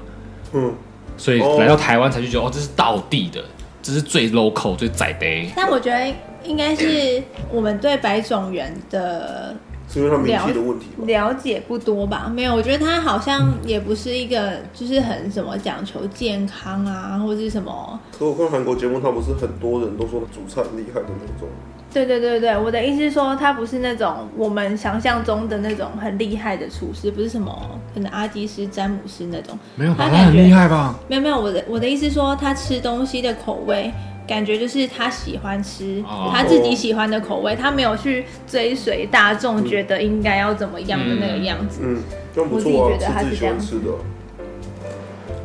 [SPEAKER 3] 嗯，
[SPEAKER 2] 所以
[SPEAKER 3] 哦
[SPEAKER 2] 来到台湾才去觉得哦，这是道地的，这是最 local 最在地。
[SPEAKER 4] 但我觉得应该 是我们对白种人的
[SPEAKER 3] 是因为他名气的问题吧？
[SPEAKER 4] 了解不多吧？没有，我觉得他好像也不是一个就是很什么讲求健康啊，或是什么。
[SPEAKER 3] 可我看韩国节目，他不是很多人都说主菜很厉害的那种。
[SPEAKER 4] 对对对对，我的意思是说，他不是那种我们想象中的那种很厉害的厨师，不是什么可能阿基师、詹姆斯那种。
[SPEAKER 2] 没有
[SPEAKER 4] 他
[SPEAKER 2] 吧？
[SPEAKER 4] 感
[SPEAKER 2] 他
[SPEAKER 4] 觉
[SPEAKER 2] 很厉害吧？
[SPEAKER 4] 没有没有，我的我的意思是说，他吃东西的口味，感觉就是他喜欢吃、
[SPEAKER 2] 哦
[SPEAKER 4] 他自己喜欢的口味，他没有去追随大
[SPEAKER 2] 嗯
[SPEAKER 4] 众觉得应该要怎么样的那个样子。
[SPEAKER 3] 嗯，这样不错啊，
[SPEAKER 4] 我自己觉得还
[SPEAKER 3] 是自
[SPEAKER 4] 是
[SPEAKER 3] 己喜欢吃的。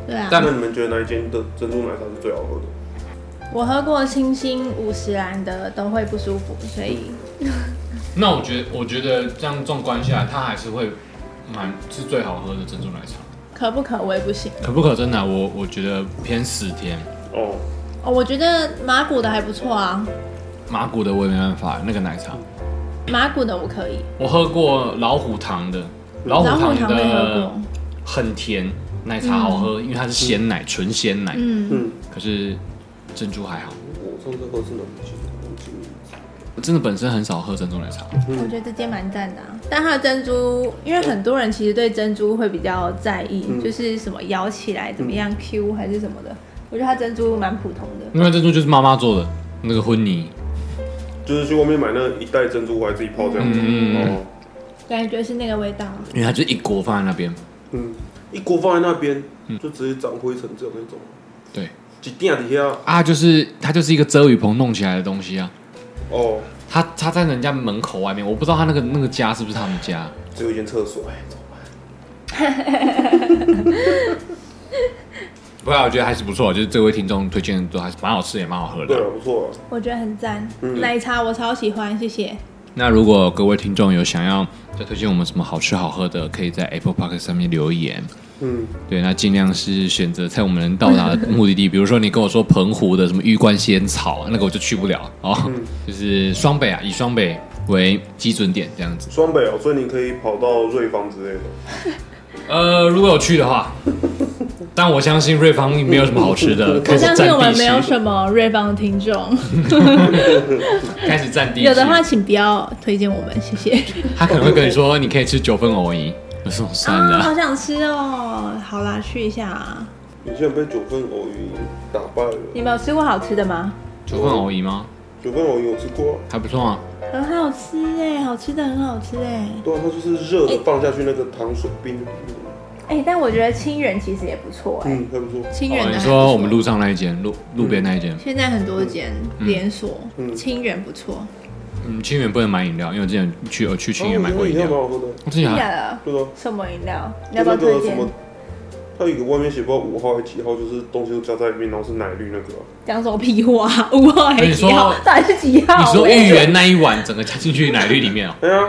[SPEAKER 4] 对啊，
[SPEAKER 2] 但
[SPEAKER 3] 那你们觉得哪一间的珍珠奶茶是最好喝的？
[SPEAKER 4] 我喝过清新五十兰的都会不舒服，所以
[SPEAKER 2] 那我觉得，我觉得这样纵观下来，啊它还是会蛮是最好喝的珍珠奶茶。
[SPEAKER 4] 可不可我也不行。
[SPEAKER 2] 可不可真奶，我我觉得偏死甜。
[SPEAKER 3] 哦，
[SPEAKER 4] 哦，我觉得马古的还不错啊，
[SPEAKER 2] 麻古的我也没办法，那个奶茶
[SPEAKER 4] 马古的我可以，
[SPEAKER 2] 我喝过老虎糖的，老
[SPEAKER 4] 老
[SPEAKER 2] 虎
[SPEAKER 4] 虎
[SPEAKER 2] 糖
[SPEAKER 4] 糖没喝
[SPEAKER 2] 的
[SPEAKER 4] 过。
[SPEAKER 2] 很甜，奶茶好喝，因为它是鲜奶，纯鲜奶。
[SPEAKER 4] 嗯，
[SPEAKER 3] 嗯，
[SPEAKER 2] 可是珍珠还好，
[SPEAKER 3] 我上次喝是哪一间？忘记了
[SPEAKER 2] 我真的本身很少喝珍珠奶茶。
[SPEAKER 4] 我觉得这间蛮赞的、啊。但它的珍珠，因为很多人其实对珍珠会比较在意，
[SPEAKER 2] 嗯
[SPEAKER 4] 就是什么咬起来怎么样 Q 还是什么的。我觉得它珍珠蛮普通的。
[SPEAKER 2] 因为珍珠就是妈妈做的那个婚泥，
[SPEAKER 3] 就是去外面买那一袋珍珠，我还自己泡这样子。哦，
[SPEAKER 4] 感觉是那个味道，
[SPEAKER 2] 因为它就是一锅放在那边。
[SPEAKER 3] 嗯，一锅放在那边，就直接长灰尘这样那种，
[SPEAKER 2] 对
[SPEAKER 3] 几点底下
[SPEAKER 2] 啊，就是它就是一个遮雨棚弄起来的东西啊。
[SPEAKER 3] 哦，
[SPEAKER 2] 它它在人家门口外面，我不知道它那个那个家是不是他们家。
[SPEAKER 3] 只有一间厕所，哎，怎么办？
[SPEAKER 2] 不过啊我觉得还是不错，就是这位听众推荐的都还是蛮好吃，也蛮好喝
[SPEAKER 3] 对
[SPEAKER 2] 的。
[SPEAKER 3] 啊，不错啊，
[SPEAKER 4] 我觉得很赞。
[SPEAKER 3] 嗯
[SPEAKER 4] 奶茶我超喜欢，谢谢。
[SPEAKER 2] 那如果各位听众有想要再推荐我们什么好吃好喝的，可以在 Apple Park 上面留言。
[SPEAKER 3] 嗯，
[SPEAKER 2] 对，那尽量是选择在我们能到达的目的地，比如说你跟我说澎湖的什么玉冠仙草，啊那个我就去不了哦。
[SPEAKER 3] 嗯
[SPEAKER 2] 就是双北啊，以双北为基准点这样子。
[SPEAKER 3] 双北啊哦，所以你可以跑到瑞芳之类的。
[SPEAKER 2] 呃，如果有去的话，但我相信瑞芳没有什么好吃的，开
[SPEAKER 4] 我
[SPEAKER 2] 始
[SPEAKER 4] 相信
[SPEAKER 2] 占
[SPEAKER 4] 我们
[SPEAKER 2] 地
[SPEAKER 4] 没有
[SPEAKER 2] 区，
[SPEAKER 4] 什么瑞芳听众，
[SPEAKER 2] 开始占地区。
[SPEAKER 4] 有的话请不要推荐我们，谢谢。
[SPEAKER 2] 他可能会跟你说，你可以吃九份藕泥。我说哦算
[SPEAKER 4] 啊，
[SPEAKER 2] 了，
[SPEAKER 4] 好想吃哦！好啦，去一下啊。
[SPEAKER 3] 你现在被九份偶鱼打败了。
[SPEAKER 4] 你们有吃过好吃的吗？
[SPEAKER 2] 九份藕泥吗？
[SPEAKER 3] 九份偶鱼我吃过啊，
[SPEAKER 2] 还不错啊。
[SPEAKER 4] 很好吃哎，好吃的很好吃哎。
[SPEAKER 3] 对啊，它就是热的放下去那个糖水冰，
[SPEAKER 4] 哎、但我觉得亲人其实也不错哎、
[SPEAKER 3] 嗯，还不错。
[SPEAKER 4] 亲人
[SPEAKER 2] 哦，
[SPEAKER 4] 的
[SPEAKER 2] 你
[SPEAKER 4] 还不
[SPEAKER 2] 说
[SPEAKER 4] 错
[SPEAKER 2] 我们路上那一间，路路边那一间，
[SPEAKER 4] 现在很多间连锁
[SPEAKER 3] 嗯，
[SPEAKER 4] 亲、人不错。
[SPEAKER 2] 嗯，清远不能买饮料，因为我之前去有去清远买过饮
[SPEAKER 3] 饮料
[SPEAKER 2] 料，
[SPEAKER 3] 蛮好喝的，
[SPEAKER 2] 我之
[SPEAKER 4] 真
[SPEAKER 2] 前
[SPEAKER 4] 的
[SPEAKER 2] 还
[SPEAKER 4] 假的？
[SPEAKER 3] 对啊，
[SPEAKER 4] 什么饮料？你
[SPEAKER 3] 就
[SPEAKER 4] 要
[SPEAKER 3] 那
[SPEAKER 4] 不要推
[SPEAKER 3] 个什
[SPEAKER 4] 荐？
[SPEAKER 3] 么，它有一个外面写不知道五号还是几号，就是东西都加在里面，然后是奶绿那个啊、
[SPEAKER 4] 讲什么屁话？ 五号还是几号
[SPEAKER 2] 你说？
[SPEAKER 4] 到底是几号？
[SPEAKER 2] 你说
[SPEAKER 4] 哦我也
[SPEAKER 2] 芋圆那一碗整个加进去奶绿里面哦，
[SPEAKER 3] 哎呀，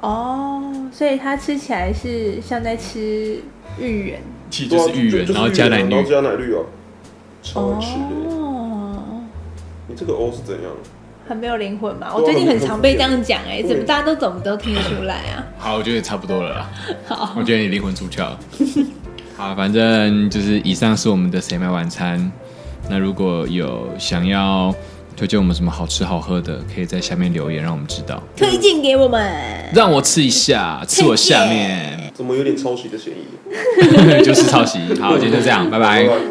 [SPEAKER 4] 哦，所以它吃起来是像在吃芋圆
[SPEAKER 2] 其实
[SPEAKER 3] 对
[SPEAKER 2] 就
[SPEAKER 3] 啊
[SPEAKER 2] 是芋圆，然后加奶
[SPEAKER 3] 然
[SPEAKER 2] 绿
[SPEAKER 3] 后。加奶绿啊，超难吃的。
[SPEAKER 4] 哦，
[SPEAKER 3] 你这个 O 是怎样？
[SPEAKER 4] 很没有灵魂嘛。
[SPEAKER 3] 对
[SPEAKER 4] 我
[SPEAKER 3] 啊
[SPEAKER 4] 最近很常被这样讲哎、
[SPEAKER 3] 很
[SPEAKER 4] 怎么大家都怎么都听得出来啊？
[SPEAKER 3] 嗯
[SPEAKER 2] 好，我觉得也差不多了啦。好，我觉得你灵魂出窍了。 好，反正就是以上是我们的谁买晚餐。那如果有想要推荐我们什么好吃好喝的，可以在下面留言让我们知道，
[SPEAKER 4] 推荐给我们，
[SPEAKER 2] 让我吃一下，吃我下面
[SPEAKER 3] 怎么有点抄袭的嫌疑？
[SPEAKER 2] 就是抄袭。好，今天就这样，拜拜
[SPEAKER 3] 拜。拜